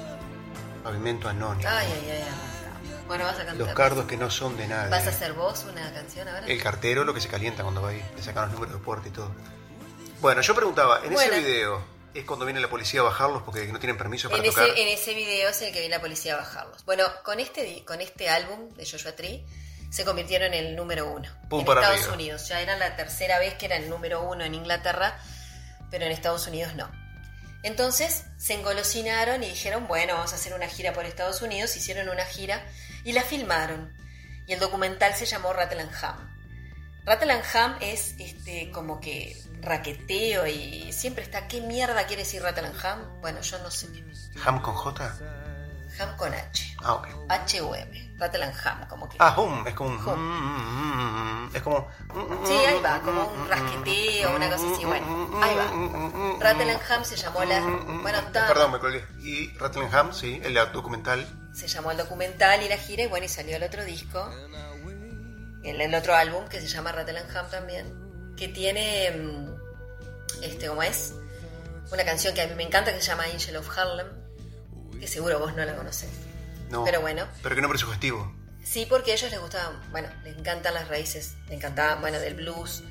Speaker 1: pavimento anónimo,
Speaker 2: Ay, ay, ay, arranca. Bueno, vas a cantar.
Speaker 1: los cardos que no son de nadie.
Speaker 2: ¿Vas a hacer vos una canción ahora?
Speaker 1: El cartero lo que se calienta cuando va ahí, le sacan los números de puerta y todo. Bueno, yo preguntaba, en
Speaker 2: Bueno.
Speaker 1: ese video es cuando viene la policía a bajarlos porque no tienen permiso para
Speaker 2: En
Speaker 1: tocar.
Speaker 2: ese, en ese video es el que viene la policía a bajarlos. Bueno, con este, di- con este álbum de Joshua Tree se convirtieron en el número uno
Speaker 1: Pum
Speaker 2: en
Speaker 1: para
Speaker 2: Estados
Speaker 1: arriba.
Speaker 2: Unidos. Ya era la tercera vez que era el número uno en Inglaterra, pero en Estados Unidos no. Entonces se engolosinaron y dijeron, bueno, vamos a hacer una gira por Estados Unidos. Hicieron una gira y la filmaron. Y el documental se llamó Rattlanham. Rattlanham es este como que raqueteo y siempre está, ¿qué mierda quiere decir Rattlanham? Bueno, yo no sé.
Speaker 1: ¿Ham con J?
Speaker 2: Ham con H.
Speaker 1: Ah, ok.
Speaker 2: H-U-M. Rattlanham, como que.
Speaker 1: Ah, hum, es como un...
Speaker 2: Hum.
Speaker 1: mm, mm, mm, Es como... mm,
Speaker 2: Sí, ahí va,
Speaker 1: mm,
Speaker 2: como un
Speaker 1: mm,
Speaker 2: rasqueteo, una cosa así, bueno, ahí va.
Speaker 1: mm, mm,
Speaker 2: Rattlingham se llamó la- bueno, está-
Speaker 1: Perdón, me colgué. Y Rattlingham, sí, el documental.
Speaker 2: Se llamó el documental y la gira, y bueno, y salió el otro disco. El, el otro álbum que se llama Rattlanham también. Que tiene. mm, Este, ¿cómo es? Una canción que a mí me encanta que se llama Angel of Harlem. Que seguro vos no la conocés.
Speaker 1: No.
Speaker 2: Pero bueno.
Speaker 1: Pero qué nombre sugestivo.
Speaker 2: Sí, porque a ellos les gustaban, bueno, les encantan las raíces, les encantaban, bueno, del blues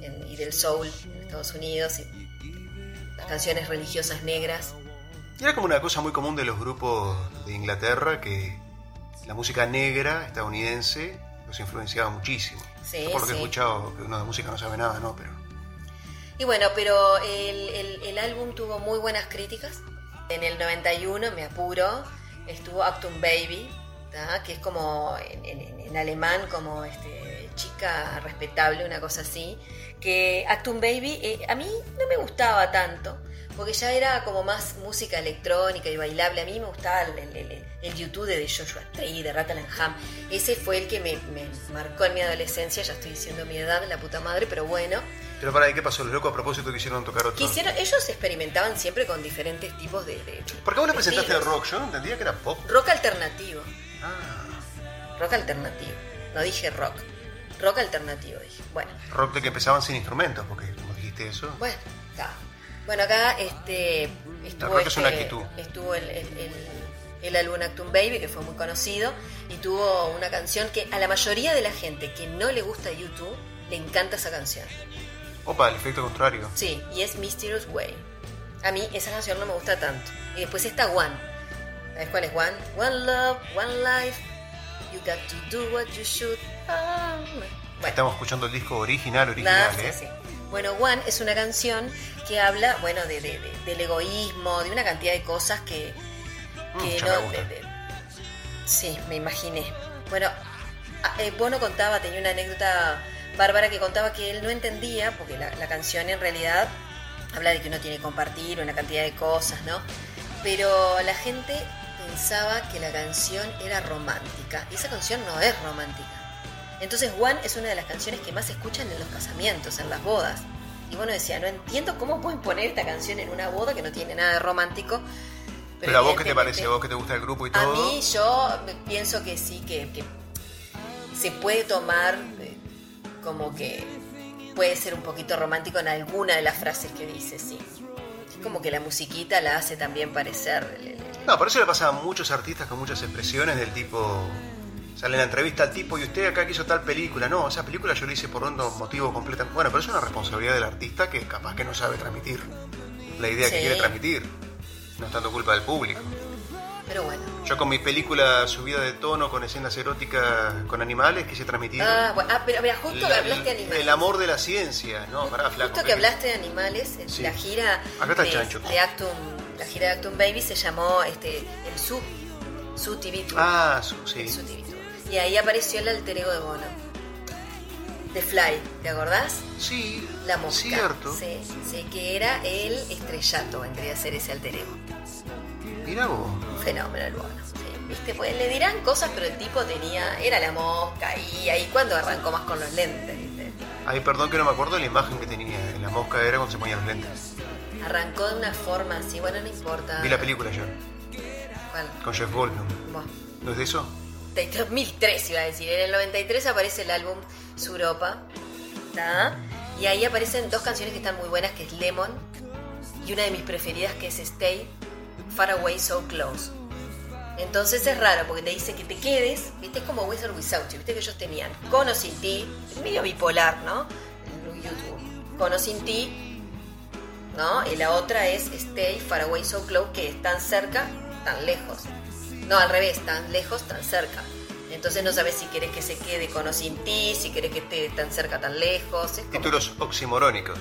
Speaker 2: en- y del soul en Estados Unidos y las canciones religiosas negras.
Speaker 1: Y era como una cosa muy común de los grupos de Inglaterra que la música negra estadounidense los influenciaba muchísimo.
Speaker 2: Sí,
Speaker 1: Yo por lo que he
Speaker 2: sí.
Speaker 1: escuchado, que uno de música no sabe nada, ¿no? Pero
Speaker 2: Y bueno, pero el, el- el álbum tuvo muy buenas críticas. En el 91, me apuro, estuvo Actum Baby, ¿tá? que es como en, en- en alemán, como este, chica respetable, una cosa así. Que Actum Baby eh, a mí no me gustaba tanto, porque ya era como más música electrónica y bailable. A mí me gustaba el, el- el- el YouTube de Joshua Tree, de Rattlingham. Ese fue el que me, me marcó en mi adolescencia. Ya estoy diciendo mi edad, la puta madre, pero bueno.
Speaker 1: pero para ¿qué pasó? Los locos a propósito quisieron tocar otro.
Speaker 2: Quisieron, ellos experimentaban siempre con diferentes tipos de. de
Speaker 1: ¿Por qué vos le
Speaker 2: de
Speaker 1: presentaste
Speaker 2: estilos.
Speaker 1: rock? Yo no entendía que era pop.
Speaker 2: Rock alternativo.
Speaker 1: Ah,
Speaker 2: Rock alternativo. No dije rock. Rock alternativo dije. Bueno,
Speaker 1: rock de que empezaban sin instrumentos, porque como dijiste eso.
Speaker 2: bueno, está. Bueno, acá este, estuvo,
Speaker 1: rock es
Speaker 2: este-
Speaker 1: una actitud.
Speaker 2: estuvo el, el, el- el álbum Actum Baby, que fue muy conocido, y tuvo una canción que a la mayoría de la gente que no le gusta YouTube le encanta esa canción.
Speaker 1: Opa, el efecto contrario.
Speaker 2: Sí, y es Mysterious Way. A mí esa canción no me gusta tanto. Y después está One. ¿Sabes cuál es One? One Love, One Life. You got to do what you should. Ah, Bueno.
Speaker 1: Estamos escuchando el disco original, original,
Speaker 2: Nada, sí,
Speaker 1: ¿eh?
Speaker 2: sí. Bueno, One es una canción que habla, bueno, de, de- de- del egoísmo, de una cantidad de cosas que,
Speaker 1: Mm,
Speaker 2: que
Speaker 1: ya me gusta.
Speaker 2: sí, me imaginé. Bueno, a- eh, Bono contaba, tenía una anécdota bárbara que contaba que él no entendía, porque la, la canción en realidad habla de que uno tiene que compartir una cantidad de cosas, ¿no? Pero la gente pensaba que la canción era romántica. Y esa canción no es romántica. Entonces One es una de las canciones que más se escuchan en los casamientos, en las bodas. Y bueno, decía, no entiendo cómo pueden poner esta canción en una boda que no tiene nada de romántico.
Speaker 1: Pero, a vos qué te
Speaker 2: evidentemente-
Speaker 1: parece, a vos que te gusta el grupo y
Speaker 2: a
Speaker 1: todo.
Speaker 2: mí yo me- pienso que sí, que, que se puede tomar eh, como que puede ser un poquito romántico en alguna de las frases que dice, sí. Es como que la musiquita la hace también parecer... eh, le- le- le-
Speaker 1: No, por eso le pasa a muchos artistas con muchas expresiones del tipo. Sale en la entrevista al tipo y usted acá que hizo tal película. No, esa película yo la hice por un motivo completamente. Bueno, pero es una responsabilidad del artista que capaz que no sabe transmitir la idea que
Speaker 2: Sí.
Speaker 1: quiere transmitir. No es tanto culpa del público.
Speaker 2: Pero bueno.
Speaker 1: Yo con mi película subida de tono, con escenas eróticas, con animales, quise transmitir
Speaker 2: Ah, bueno, ah, pero mira, justo que
Speaker 1: la-
Speaker 2: hablaste de animales.
Speaker 1: el amor de la ciencia. No, pará, flaco.
Speaker 2: Justo que hablaste de animales, en
Speaker 1: Sí.
Speaker 2: la gira
Speaker 1: Acá está
Speaker 2: de,
Speaker 1: Chancho.
Speaker 2: de Actum, la gira de Actum Baby se llamó este, el Su, Su TV Tour.
Speaker 1: Ah, su-
Speaker 2: en su
Speaker 1: sí.
Speaker 2: TV Tour. Y ahí apareció el alter ego de Bono. The Fly, ¿te acordás?
Speaker 1: Sí,
Speaker 2: La mosca.
Speaker 1: cierto.
Speaker 2: Sí, sí, que era el estrellato, vendría a ser ese alter ego.
Speaker 1: Mirá vos.
Speaker 2: Un fenómeno el Bono. sí. ¿Viste? Pues le dirán cosas, pero el tipo tenía. Era la mosca y ahí cuando arrancó más con los lentes, ¿viste?
Speaker 1: Ay, perdón que no me acuerdo la imagen que tenía. de La mosca era cuando se ponían los lentes.
Speaker 2: Arrancó de una forma así, bueno, no importa.
Speaker 1: Vi la película yo,
Speaker 2: ¿Cuál?
Speaker 1: con Jeff Goldblum.
Speaker 2: Bueno,
Speaker 1: ¿No es de eso?
Speaker 2: de 2003 iba a decir. En el 93 aparece el álbum Suropa. ¿tá? Y ahí aparecen dos canciones que están muy buenas, que es Lemon y una de mis preferidas que es Stay Far Away So Close. Entonces es raro porque te dice que te quedes, viste, es como With or Without You, viste que ellos tenían Con o sin ti, es medio bipolar, ¿no? En YouTube, Con o sin ti, ¿no? Y la otra es Stay Far Away So Close, que es tan cerca, tan lejos. No, al revés, tan lejos, tan cerca. Entonces no sabes si querés que se quede con o sin ti, si querés que esté tan cerca, tan lejos. Es como-
Speaker 1: Títulos oximorónicos.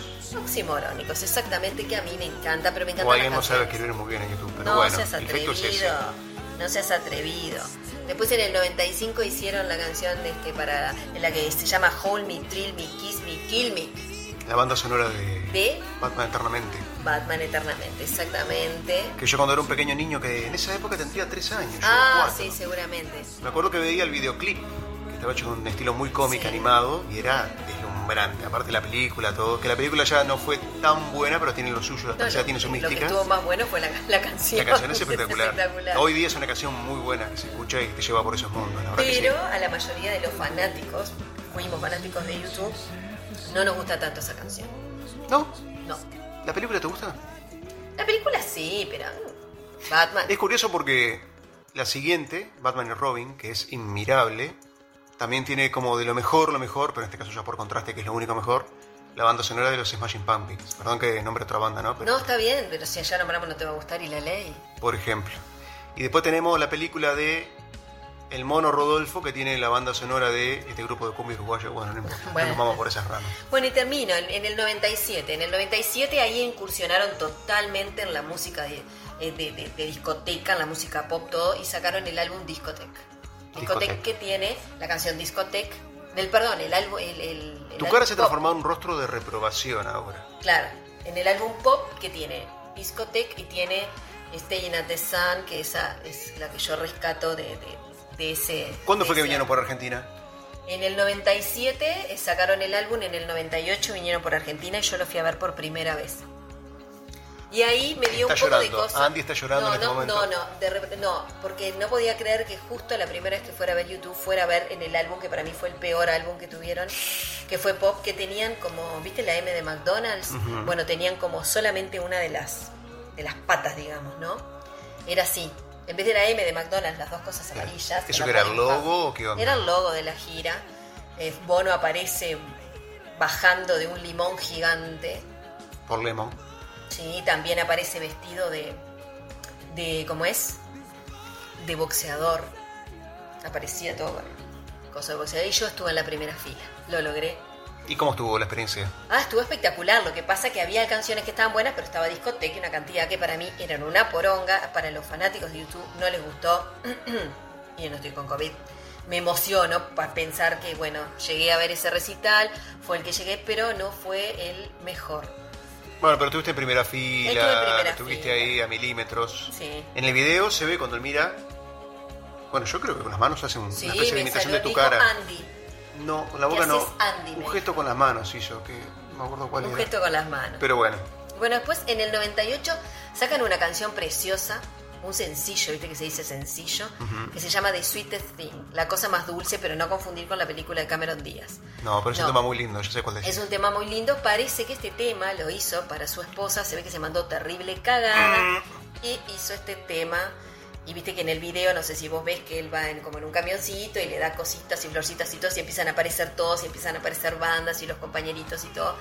Speaker 2: Oximorónicos, exactamente, que a mí me encanta, pero me encanta.
Speaker 1: O alguien no sabe escribir muy bien en YouTube. Pero
Speaker 2: No
Speaker 1: bueno,
Speaker 2: seas
Speaker 1: el efecto
Speaker 2: atrevido.
Speaker 1: es ese.
Speaker 2: No seas atrevido. Después en el 95 hicieron la canción de este para en la que se llama Hold Me, Thrill Me, Kiss Me, Kill Me
Speaker 1: La banda sonora de
Speaker 2: de
Speaker 1: Batman Eternamente.
Speaker 2: Batman Eternamente, exactamente.
Speaker 1: Que yo cuando era un pequeño niño, que en esa época tendría tres años. yo,
Speaker 2: Ah,
Speaker 1: cuatro.
Speaker 2: sí, seguramente.
Speaker 1: Me acuerdo que veía el videoclip, que estaba hecho con un estilo muy cómico,
Speaker 2: Sí.
Speaker 1: animado, y era deslumbrante. Aparte la película, todo. Que la película ya no fue tan buena, pero tiene lo suyo,
Speaker 2: No,
Speaker 1: ya
Speaker 2: lo-
Speaker 1: tiene su
Speaker 2: lo que
Speaker 1: mística.
Speaker 2: estuvo más bueno fue la, la canción.
Speaker 1: La canción es espectacular.
Speaker 2: espectacular.
Speaker 1: Hoy día es una canción muy buena que se escucha y te lleva por esos mundos, la verdad que sí.
Speaker 2: Pero a la mayoría de los fanáticos, fuimos fanáticos de YouTube, no nos gusta tanto esa canción.
Speaker 1: ¿No?
Speaker 2: No.
Speaker 1: ¿La película te gusta?
Speaker 2: La película sí, pero mm, Batman.
Speaker 1: Es curioso porque la siguiente, Batman y Robin, que es inmirable, también tiene como de lo mejor, lo mejor, pero en este caso ya por contraste, que es lo único mejor, la banda sonora de los Smashing Pumpkins. Perdón que nombre otra banda, ¿no? Pero,
Speaker 2: No, está bien, pero si allá nombramos no te va a gustar y la ley.
Speaker 1: Por ejemplo. Y después tenemos la película de El Mono Rodolfo, que tiene la banda sonora de este grupo de cumbia uruguayo. Bueno, no importa, no
Speaker 2: Bueno.
Speaker 1: nos vamos por esas ramas.
Speaker 2: Bueno, y termino en, en el 97. En el 97 ahí incursionaron totalmente en la música de, eh, de- de- de discoteca, en la música pop, todo, y sacaron el álbum Discotec. Discotec
Speaker 1: Discotec.
Speaker 2: que tiene la canción Discotec, del perdón, el álbum... El, el- el
Speaker 1: Tu cara se ha
Speaker 2: álbum pop.
Speaker 1: transformado en un rostro de reprobación ahora.
Speaker 2: Claro, en el álbum pop que tiene Discotech y tiene este, Staying at the Sun, que esa es la que yo rescato de, de- de ese.
Speaker 1: ¿Cuándo
Speaker 2: de
Speaker 1: fue que
Speaker 2: ese
Speaker 1: vinieron
Speaker 2: álbum.
Speaker 1: por Argentina?
Speaker 2: En el 97 eh, sacaron el álbum, en el 98 vinieron por Argentina y yo lo fui a ver por primera vez. Y ahí me dio
Speaker 1: Está
Speaker 2: un poco de
Speaker 1: llorando.
Speaker 2: cosa.
Speaker 1: Andy está llorando en
Speaker 2: no,
Speaker 1: este
Speaker 2: no,
Speaker 1: momento.
Speaker 2: No, no, de rep- no, porque no podía creer que justo la primera vez que fuera a ver YouTube fuera a ver en el álbum que para mí fue el peor álbum que tuvieron, que fue pop, que tenían como, ¿viste la M de McDonald's?
Speaker 1: Ujú.
Speaker 2: Bueno, tenían como solamente una de las de las patas, digamos, ¿no? Era así. En vez de la M de McDonald's, las dos cosas amarillas.
Speaker 1: ¿Eso
Speaker 2: la
Speaker 1: que era el
Speaker 2: pareja.
Speaker 1: logo o qué onda?
Speaker 2: Era el logo de la gira. Eh, Bono aparece bajando de un limón gigante.
Speaker 1: Por Lemon.
Speaker 2: Sí, también aparece vestido de. de ¿Cómo es? De boxeador. Aparecía todo con, yo soy boxeadora y yo estuve en la primera fila. Lo logré.
Speaker 1: ¿Y cómo estuvo la experiencia?
Speaker 2: Ah, estuvo espectacular. Lo que pasa que había canciones que estaban buenas, pero estaba discoteca y una cantidad que para mí eran una poronga. Para los fanáticos de YouTube no les gustó. y yo no estoy con COVID. Me emociono para pensar que, bueno, llegué a ver ese recital, fue el que llegué, pero no fue el mejor.
Speaker 1: Bueno, pero estuviste en primera
Speaker 2: Estuve en
Speaker 1: fila,
Speaker 2: primera
Speaker 1: estuviste
Speaker 2: fila.
Speaker 1: ahí a milímetros.
Speaker 2: Sí.
Speaker 1: En el video se ve cuando él mira. Bueno, yo creo que con las manos hace un-
Speaker 2: Sí,
Speaker 1: una especie de
Speaker 2: me
Speaker 1: imitación
Speaker 2: salió,
Speaker 1: de tu
Speaker 2: dijo
Speaker 1: cara.
Speaker 2: Andy.
Speaker 1: No, con la boca
Speaker 2: ¿Qué
Speaker 1: no.
Speaker 2: haces, Andy? Me
Speaker 1: un
Speaker 2: dijo.
Speaker 1: gesto con las manos hizo, que no me acuerdo cuál
Speaker 2: Un
Speaker 1: era.
Speaker 2: gesto con las manos.
Speaker 1: Pero bueno,
Speaker 2: Bueno, después en el 98 sacan una canción preciosa, un sencillo, viste que se dice sencillo,
Speaker 1: Ujú.
Speaker 2: que se llama The Sweetest Thing, la cosa más dulce, pero no confundir con la película de Cameron Díaz.
Speaker 1: no, pero es
Speaker 2: No.
Speaker 1: un tema muy lindo, yo sé cuál decís.
Speaker 2: Es un tema muy lindo, parece que este tema lo hizo para su esposa, se ve que se mandó terrible cagada y hizo este tema. Y viste que en el video, no sé si vos ves que él va en, como en un camioncito y le da cositas y florcitas y todo, y empiezan a aparecer todos, y empiezan a aparecer bandas y los compañeritos y todo.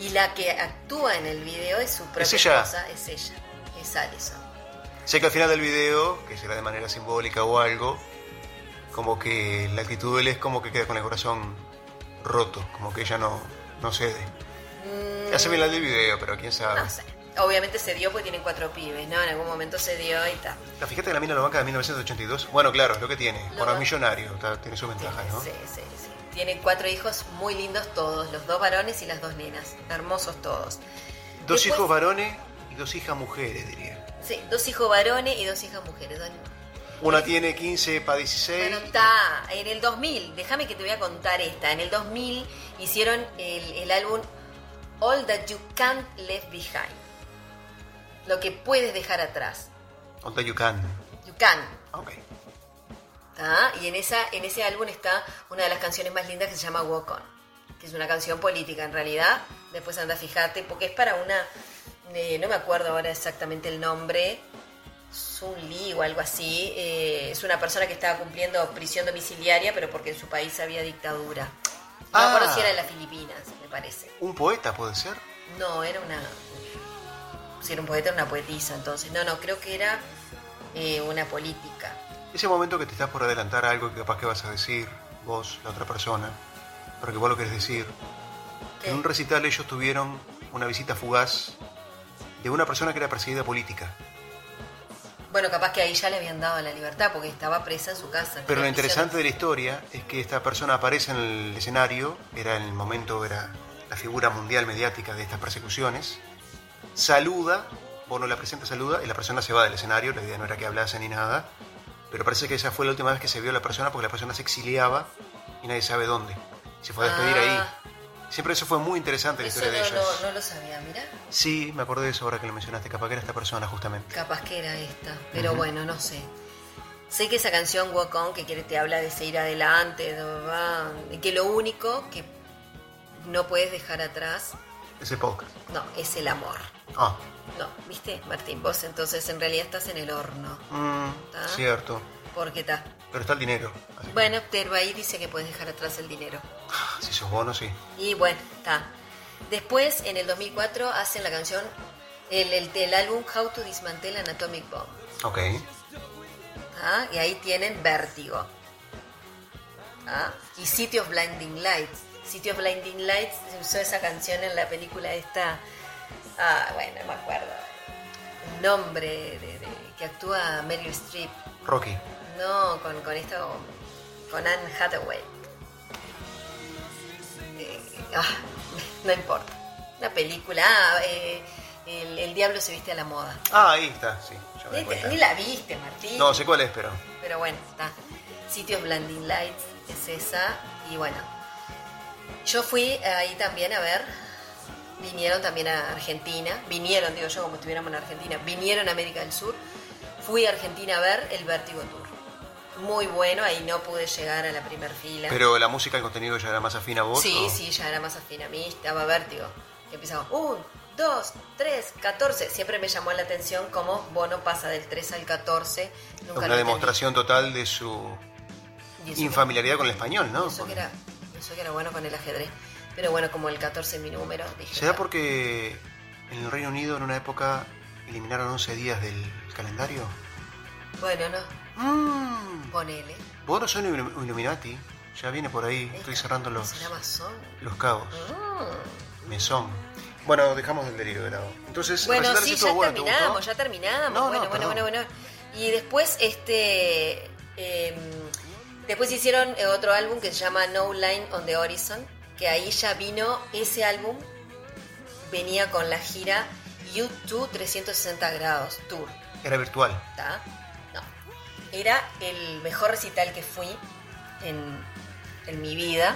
Speaker 2: Y la que actúa en el video es su propia
Speaker 1: ella?
Speaker 2: esposa, es ella, es Alison.
Speaker 1: Sé que al final del video, que será de manera simbólica o algo, como que la actitud de él es como que queda con el corazón roto, como que ella no, no cede.
Speaker 2: Mm,
Speaker 1: Ya se ve la del video, pero quién sabe.
Speaker 2: no sé. Obviamente se dio porque tienen cuatro pibes, ¿no? En algún momento se dio y tal.
Speaker 1: ¿La fijaste que la mina lo banca de 1982? Bueno, claro, es lo que tiene.
Speaker 2: Lo
Speaker 1: Bueno,
Speaker 2: ban-
Speaker 1: es millonario, está- tiene sus
Speaker 2: Sí,
Speaker 1: ventajas, ¿no?
Speaker 2: sí, sí, sí. Tienen cuatro hijos muy lindos todos, los dos varones y las dos nenas, hermosos todos.
Speaker 1: Dos
Speaker 2: Después-
Speaker 1: hijos varones y dos hijas mujeres, diría.
Speaker 2: Sí, dos hijos varones y dos hijas mujeres. dos-
Speaker 1: Una tiene 15 para 16.
Speaker 2: Bueno, está, en el 2000, déjame que te voy a contar esta, en el 2000 hicieron el, el álbum All That You Can't Leave Behind, lo que puedes dejar atrás,
Speaker 1: All that you can.
Speaker 2: You Can.
Speaker 1: Ah, Ok.
Speaker 2: ¿tá? ¿Ah? Y en, esa, en ese álbum está una de las canciones más lindas que se llama Walk On, que es una canción política en realidad. Después anda, fíjate, porque es para una. eh, no me acuerdo ahora exactamente el nombre. Sun Lee o algo así. eh, es una persona que estaba cumpliendo prisión domiciliaria, pero porque en su país había dictadura. No me
Speaker 1: Ah.
Speaker 2: acuerdo si era de las Filipinas, me parece.
Speaker 1: ¿Un poeta puede ser?
Speaker 2: No, era una. Si era un poeta, era una poetisa, entonces. No, no, creo que era eh, una política.
Speaker 1: Ese momento que te estás por adelantar a algo que capaz que vas a decir, vos, la otra persona, pero que vos lo querés decir.
Speaker 2: ¿Qué?
Speaker 1: En un recital ellos tuvieron una visita fugaz de una persona que era perseguida política.
Speaker 2: Bueno, capaz que ahí ya le habían dado la libertad porque estaba presa en su casa.
Speaker 1: Pero lo
Speaker 2: tenía prisión.
Speaker 1: interesante de la historia es que esta persona aparece en el escenario, era en el momento, era la figura mundial mediática de estas persecuciones, saluda, bueno, la presenta, saluda, y la persona se va del escenario, la idea no era que hablase ni nada, pero parece que esa fue la última vez que se vio a la persona porque la persona se exiliaba y nadie sabe dónde. Se fue a despedir
Speaker 2: Ah.
Speaker 1: ahí. Siempre eso fue muy interesante la
Speaker 2: Eso
Speaker 1: historia de
Speaker 2: no,
Speaker 1: ellos.
Speaker 2: no, no lo sabía, mira.
Speaker 1: Sí, me acordé de eso ahora que lo mencionaste, capaz que era esta persona justamente.
Speaker 2: Capaz que era esta, pero
Speaker 1: Ujú.
Speaker 2: bueno, no sé. Sé que esa canción Walk On que quiere te habla de seguir adelante, de- va, y que lo único que no puedes dejar atrás,
Speaker 1: Ese podcast.
Speaker 2: no, es el amor.
Speaker 1: Ah,
Speaker 2: No, ¿viste, Martín? Vos entonces en realidad estás en el horno.
Speaker 1: mm,
Speaker 2: Ah.
Speaker 1: cierto.
Speaker 2: Porque está.
Speaker 1: Pero está el dinero. así que-
Speaker 2: Bueno, pero ahí dice que puedes dejar atrás el dinero.
Speaker 1: Si sos bono, sí.
Speaker 2: Y bueno, está. Después, en el 2004, hacen la canción, el, el- el álbum How to Dismantle an Atomic Bomb.
Speaker 1: Ok.
Speaker 2: ¿tá? Y ahí tienen Vértigo. ¿tá? Y City of Blinding Lights. City of Blinding Lights se usó esa canción en la película esta. Ah, bueno, no me acuerdo. El nombre de- de- que actúa Meryl Streep.
Speaker 1: Rocky.
Speaker 2: No, con, con esto. Con Anne Hathaway. Eh, ah, no importa. Una película. ah, eh, el, El diablo se viste a la moda.
Speaker 1: Ah, ahí está, sí. ya me
Speaker 2: Ni,
Speaker 1: di cuenta.
Speaker 2: ni la viste, Martín.
Speaker 1: No, sé cuál es, pero.
Speaker 2: Pero bueno, está. Sitios Blanding Lights es esa. Y bueno. Yo fui ahí también a ver. Vinieron también a Argentina. Vinieron, digo yo, como estuviéramos en Argentina. Vinieron a América del Sur. Fui a Argentina a ver el Vértigo Tour. Muy bueno, ahí no pude llegar a la primera fila.
Speaker 1: Pero la música, el contenido ya era más afín a vos.
Speaker 2: Sí,
Speaker 1: o-
Speaker 2: sí, ya era más afín a mí, estaba vértigo. Y empezaba, un, dos, tres, catorce. Siempre me llamó la atención cómo Bono pasa del 3 al 14. Nunca
Speaker 1: Una
Speaker 2: lo
Speaker 1: demostración total de su
Speaker 2: entendí. Y eso que-
Speaker 1: infamiliaridad con el español, ¿no?
Speaker 2: Eso que, era, eso que era bueno con el ajedrez. Pero bueno, como el 14 es mi número, dije.
Speaker 1: ¿Será
Speaker 2: "No".
Speaker 1: porque en el Reino Unido en una época eliminaron 11 días del calendario?
Speaker 2: Bueno, no,
Speaker 1: Mmm.
Speaker 2: ponele.
Speaker 1: Vos no sos un Illuminati. Ya viene por ahí, estoy cerrando los,
Speaker 2: ¿Será masón?
Speaker 1: los cabos.
Speaker 2: Mm.
Speaker 1: Mesón. Bueno, dejamos el delirio de lado. Entonces,
Speaker 2: Bueno,
Speaker 1: recital
Speaker 2: sí,
Speaker 1: estuvo
Speaker 2: ya
Speaker 1: bueno, ¿te
Speaker 2: terminamos,
Speaker 1: gustó?
Speaker 2: ya terminamos.
Speaker 1: No, no,
Speaker 2: bueno, bueno,
Speaker 1: perdón.
Speaker 2: bueno, bueno. Y después, este. em, después hicieron eh, otro álbum que se llama No Line on the Horizon, que ahí ya vino ese álbum, venía con la gira U2 360 grados tour.
Speaker 1: Era virtual.
Speaker 2: ¿tá? No. Era el mejor recital que fui en, en mi vida,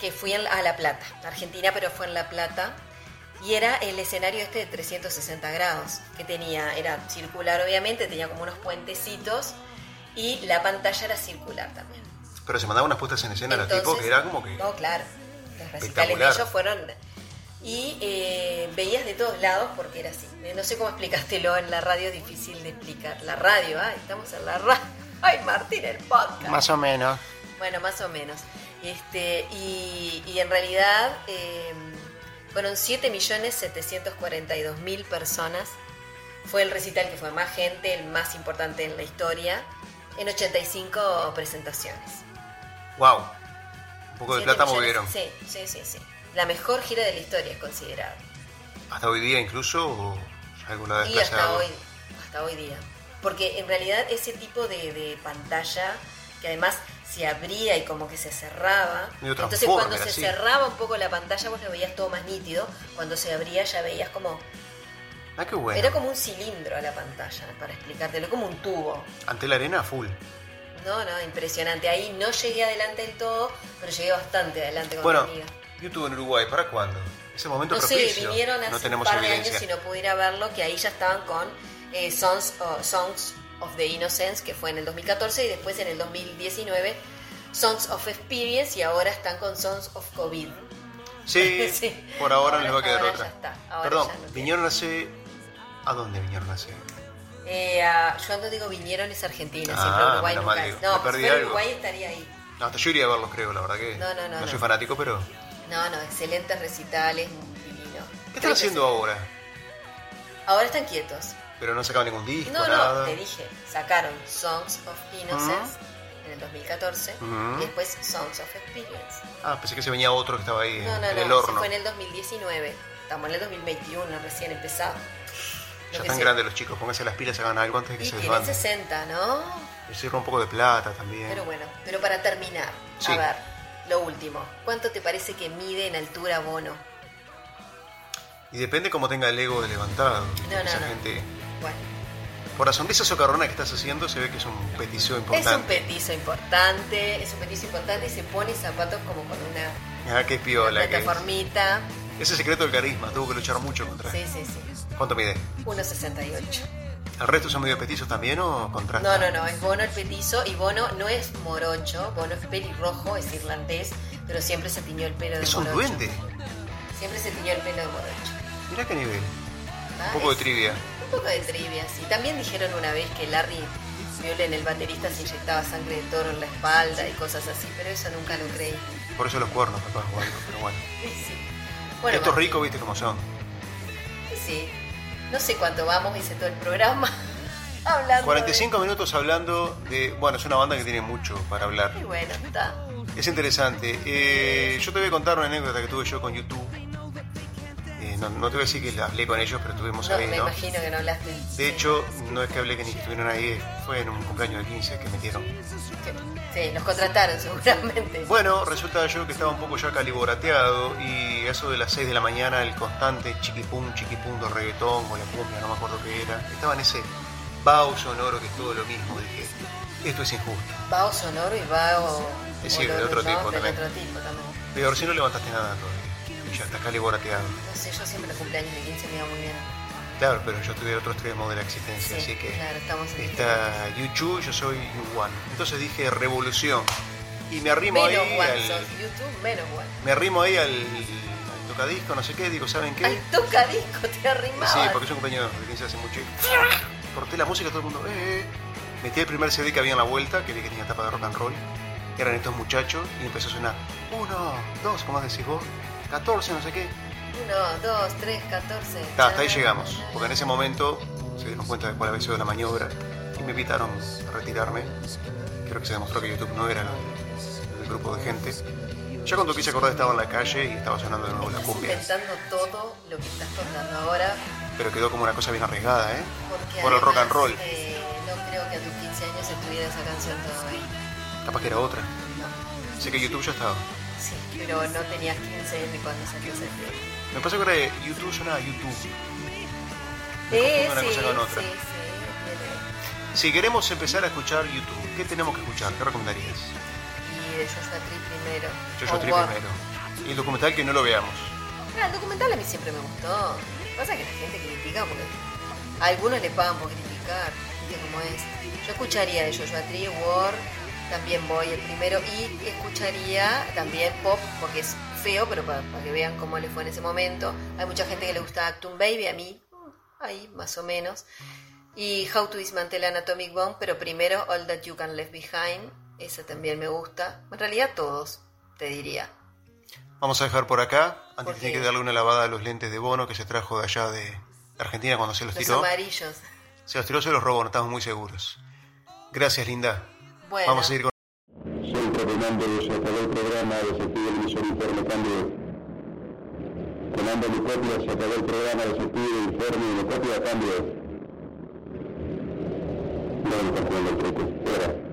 Speaker 2: que fui en- a La Plata, Argentina, pero fue en La Plata. Y era el escenario este de 360 grados, que tenía, era circular obviamente, tenía como unos puentecitos y la pantalla era circular también.
Speaker 1: Pero se mandaban unas puestas en escena a los
Speaker 2: Entonces,
Speaker 1: tipos que era como que.
Speaker 2: No, claro. Los recitales de
Speaker 1: Espectacular.
Speaker 2: ellos fueron. Y eh, veías de todos lados porque era así. Eh, No sé cómo explicártelo en la radio, es difícil de explicar. La radio, ay, estamos en la radio. Ay, Martín, el podcast.
Speaker 1: o menos.
Speaker 2: Bueno, más o menos. Este, y, y en realidad eh, fueron 7.742.000 personas. Fue el recital que fue más gente, el más importante en la historia, en 85 presentaciones.
Speaker 1: ¡Wow! Un poco de
Speaker 2: Siete
Speaker 1: plata
Speaker 2: millones.
Speaker 1: movieron.
Speaker 2: Sí, sí, sí, sí. La mejor gira de la historia es considerada.
Speaker 1: Hasta hoy día incluso, o ya alguna vez
Speaker 2: Y hasta
Speaker 1: algo?
Speaker 2: hoy, hasta hoy día. Porque en realidad ese tipo de, de pantalla, que además se abría y como que se cerraba.
Speaker 1: Medio
Speaker 2: Entonces
Speaker 1: Transformer,
Speaker 2: cuando se
Speaker 1: así.
Speaker 2: cerraba un poco la pantalla vos lo veías todo más nítido. Cuando se abría ya veías como...
Speaker 1: Ah, qué bueno.
Speaker 2: Era como un cilindro la pantalla, para explicártelo, como un tubo.
Speaker 1: Ante la arena, full.
Speaker 2: No, no, impresionante. Ahí no llegué adelante del todo, pero llegué bastante adelante con
Speaker 1: Bueno,
Speaker 2: mi amiga.
Speaker 1: YouTube en Uruguay, ¿para cuándo? Ese momento
Speaker 2: No sé,
Speaker 1: propicio.
Speaker 2: vinieron hace
Speaker 1: no
Speaker 2: un
Speaker 1: tenemos
Speaker 2: par de
Speaker 1: evidencia.
Speaker 2: años y no pude ir a verlo, que ahí ya estaban con eh, Songs, o- Songs of the Innocence, que fue en el 2014, y después en el 2019 Songs of Experience, y ahora están con Songs of COVID.
Speaker 1: Sí,
Speaker 2: Sí.
Speaker 1: por ahora,
Speaker 2: Ahora-
Speaker 1: no les va a quedar
Speaker 2: ahora
Speaker 1: otra.
Speaker 2: ya está, ahora
Speaker 1: Perdón,
Speaker 2: ya no tiene.
Speaker 1: vinieron hace. ¿A dónde vinieron hace?
Speaker 2: Eh, ah, yo cuando digo vinieron es Argentina, siempre
Speaker 1: Ah,
Speaker 2: Uruguay
Speaker 1: menos
Speaker 2: nunca
Speaker 1: mal,
Speaker 2: es.
Speaker 1: digo,
Speaker 2: No,
Speaker 1: me
Speaker 2: pues,
Speaker 1: perdí
Speaker 2: pero
Speaker 1: algo.
Speaker 2: Uruguay estaría ahí.
Speaker 1: No, hasta yo iría a verlos, creo, la verdad que.
Speaker 2: No, no, no,
Speaker 1: soy
Speaker 2: no.
Speaker 1: fanático, pero.
Speaker 2: No, no, excelentes recitales, divino.
Speaker 1: ¿Qué están haciendo ahora?
Speaker 2: Ahora están quietos.
Speaker 1: Pero no sacaban ningún disco,
Speaker 2: No,
Speaker 1: nada.
Speaker 2: no, te dije, sacaron Songs of Innocence en el 2014
Speaker 1: Ujú.
Speaker 2: y después Songs of Experience.
Speaker 1: Ah, pensé que se venía otro que estaba ahí
Speaker 2: No, no,
Speaker 1: en el
Speaker 2: no, ese
Speaker 1: horno.
Speaker 2: fue en el 2019. Estamos en el 2021, recién empezado.
Speaker 1: Ya
Speaker 2: Lo que
Speaker 1: están
Speaker 2: sé-
Speaker 1: grandes los chicos, pónganse las pilas, hagan algo antes de que
Speaker 2: Y
Speaker 1: se
Speaker 2: tienen
Speaker 1: desbanden.
Speaker 2: 60, ¿no?
Speaker 1: Les sirva un poco de plata también.
Speaker 2: Pero bueno, pero para terminar,
Speaker 1: Sí.
Speaker 2: a ver, lo último. ¿Cuánto te parece que mide en altura Bono?
Speaker 1: Y depende cómo tenga el ego de levantado.
Speaker 2: No, no,
Speaker 1: Esa
Speaker 2: no.
Speaker 1: gente.
Speaker 2: Bueno,
Speaker 1: Por la sonrisa socarrona que estás haciendo, se ve que es un petiso
Speaker 2: es un
Speaker 1: importante.
Speaker 2: petizo importante, es un petizo importante y se pone zapatos como con una,
Speaker 1: Ah, qué
Speaker 2: una
Speaker 1: piola que es.
Speaker 2: plataformita.
Speaker 1: Ese secreto del carisma, tuvo que luchar mucho contra
Speaker 2: Sí, sí, sí.
Speaker 1: ¿Cuánto mide?
Speaker 2: 1,68.
Speaker 1: ¿El resto son medio petizos también o contra?
Speaker 2: No, no, no, es Bono el petizo y Bono no es morocho, Bono es pelirrojo, es irlandés, pero siempre se tiñó el pelo de
Speaker 1: Es un
Speaker 2: morocho.
Speaker 1: duende.
Speaker 2: Siempre se tiñó el pelo de morocho.
Speaker 1: Mirá qué nivel.
Speaker 2: ¿ah?
Speaker 1: Un poco de
Speaker 2: Es
Speaker 1: trivia.
Speaker 2: Un poco de trivia, sí. También dijeron una vez que Larry Mullen, el baterista, se inyectaba sangre de toro en la espalda y cosas así, pero eso nunca lo creí.
Speaker 1: Por eso los cuernos, capaz, o algo, pero bueno.
Speaker 2: Sí, sí. Bueno,
Speaker 1: Estos
Speaker 2: va- Ah,
Speaker 1: ricos, viste cómo son.
Speaker 2: sí. No sé cuánto vamos, hice todo el programa hablando. de-
Speaker 1: 45 minutos hablando de. Bueno, es una banda que tiene mucho para hablar.
Speaker 2: Y bueno, está.
Speaker 1: Es interesante. Eh, yo te voy a contar una anécdota que tuve yo con YouTube. Eh, no, no te voy a decir que la hablé con ellos, pero tuvimos
Speaker 2: No,
Speaker 1: ahí,
Speaker 2: me
Speaker 1: ¿no?
Speaker 2: imagino que no hablaste.
Speaker 1: De hecho, no es que hablé que ni que estuvieron ahí, fue en un cumpleaños de 15 que metieron.
Speaker 2: Sí, los contrataron seguramente.
Speaker 1: Bueno, resulta yo que estaba un poco ya caliborateado y a eso de las 6 de la mañana el constante chiquipum, chiquipum del reggaetón o la cumbia, no me acuerdo qué era. Estaba en ese vaho sonoro que es todo lo mismo. Dije, esto es injusto.
Speaker 2: Vago sonoro y vago.
Speaker 1: Es decir, de
Speaker 2: olor,
Speaker 1: otro
Speaker 2: ¿no?
Speaker 1: tipo
Speaker 2: De
Speaker 1: también.
Speaker 2: otro tipo también.
Speaker 1: Pero si no levantaste nada todavía, ya estás caliborateado.
Speaker 2: No sé, yo siempre los cumpleaños de 15 me iba muy bien.
Speaker 1: Claro, pero yo estoy del otro extremo de la existencia, así que
Speaker 2: claro, estamos en
Speaker 1: está Yuchu, yo soy Yuwan. Entonces dije revolución. Y me arrimo
Speaker 2: Menos
Speaker 1: ahí
Speaker 2: Juan,
Speaker 1: al.
Speaker 2: sos YouTube menos Juan.
Speaker 1: Me arrimo ahí al, al tocadisco, no sé qué, digo, ¿saben qué?
Speaker 2: Al tocadisco te arrimabas.
Speaker 1: Sí, porque es un compañero de 15 hace mucho. y Corté la música, todo el mundo. Eh, eh. Metí el primer CD que había en la vuelta, que vi que tenía tapa de rock and roll. Eran estos muchachos y empezó a sonar uno, dos, ¿cómo más decís vos? 14, no sé qué.
Speaker 2: Uno, dos, tres, catorce.
Speaker 1: Ta, hasta ahí llegamos, porque en ese momento se dieron cuenta de cuál había sido la maniobra y me invitaron a retirarme. Creo que se demostró que YouTube no era lo, lo que grupo de gente. Ya cuando quise acordar estaba en la calle y estaba sonando de nuevo la
Speaker 2: Estás
Speaker 1: cumbia.
Speaker 2: inventando todo lo que estás contando ahora.
Speaker 1: Pero quedó como una cosa bien arriesgada, ¿eh?
Speaker 2: Porque
Speaker 1: Por el rock
Speaker 2: además,
Speaker 1: and roll.
Speaker 2: eh, no creo que a tus 15 años se tuviera esa canción todavía.
Speaker 1: Capaz que era otra.
Speaker 2: No.
Speaker 1: Sé que YouTube ya estaba.
Speaker 2: Sí, pero no tenías 15 de cuando salió ese tema.
Speaker 1: Me pasa que ahora de YouTube suena a YouTube.
Speaker 2: Eh,
Speaker 1: confundo una
Speaker 2: sí,
Speaker 1: cosa con
Speaker 2: sí,
Speaker 1: otra.
Speaker 2: sí.
Speaker 1: Si queremos empezar a escuchar YouTube, ¿qué tenemos que escuchar? ¿Qué recomendarías?
Speaker 2: Y de Joshua Tree primero.
Speaker 1: Yo
Speaker 2: O
Speaker 1: yo
Speaker 2: War.
Speaker 1: primero. Y el documental que no lo veamos.
Speaker 2: Ah, el documental a mí siempre me gustó. Lo que Pasa es que la gente critica porque a algunos le pagan por criticar. ¿viste cómo es? Yo escucharía de Joshua Tree, War, también voy el primero y escucharía también pop porque es feo, pero para, para que vean cómo le fue en ese momento. Hay mucha gente que le gusta Actum Baby, a mí, mm, ahí más o menos. Y How to Dismantle an Atomic Bomb, pero primero All That You Can Left Behind, esa también me gusta. En realidad todos, te diría.
Speaker 1: Vamos a dejar por acá.
Speaker 2: ¿Por
Speaker 1: Antes
Speaker 2: qué?
Speaker 1: tiene que darle una lavada a los lentes de Bono que se trajo de allá de Argentina cuando se los
Speaker 2: Los
Speaker 1: tiró.
Speaker 2: amarillos.
Speaker 1: Se los tiró, se los robó, no estamos muy seguros. Gracias, Linda.
Speaker 2: Bueno.
Speaker 1: Vamos a ir con...
Speaker 3: Soy Fernando de acabó el programa de sentido del emisor informe cambio. Fernando mi copia, se acabó el programa de sentido del informe mi copia cambio. No me está jugando el truco, fuera.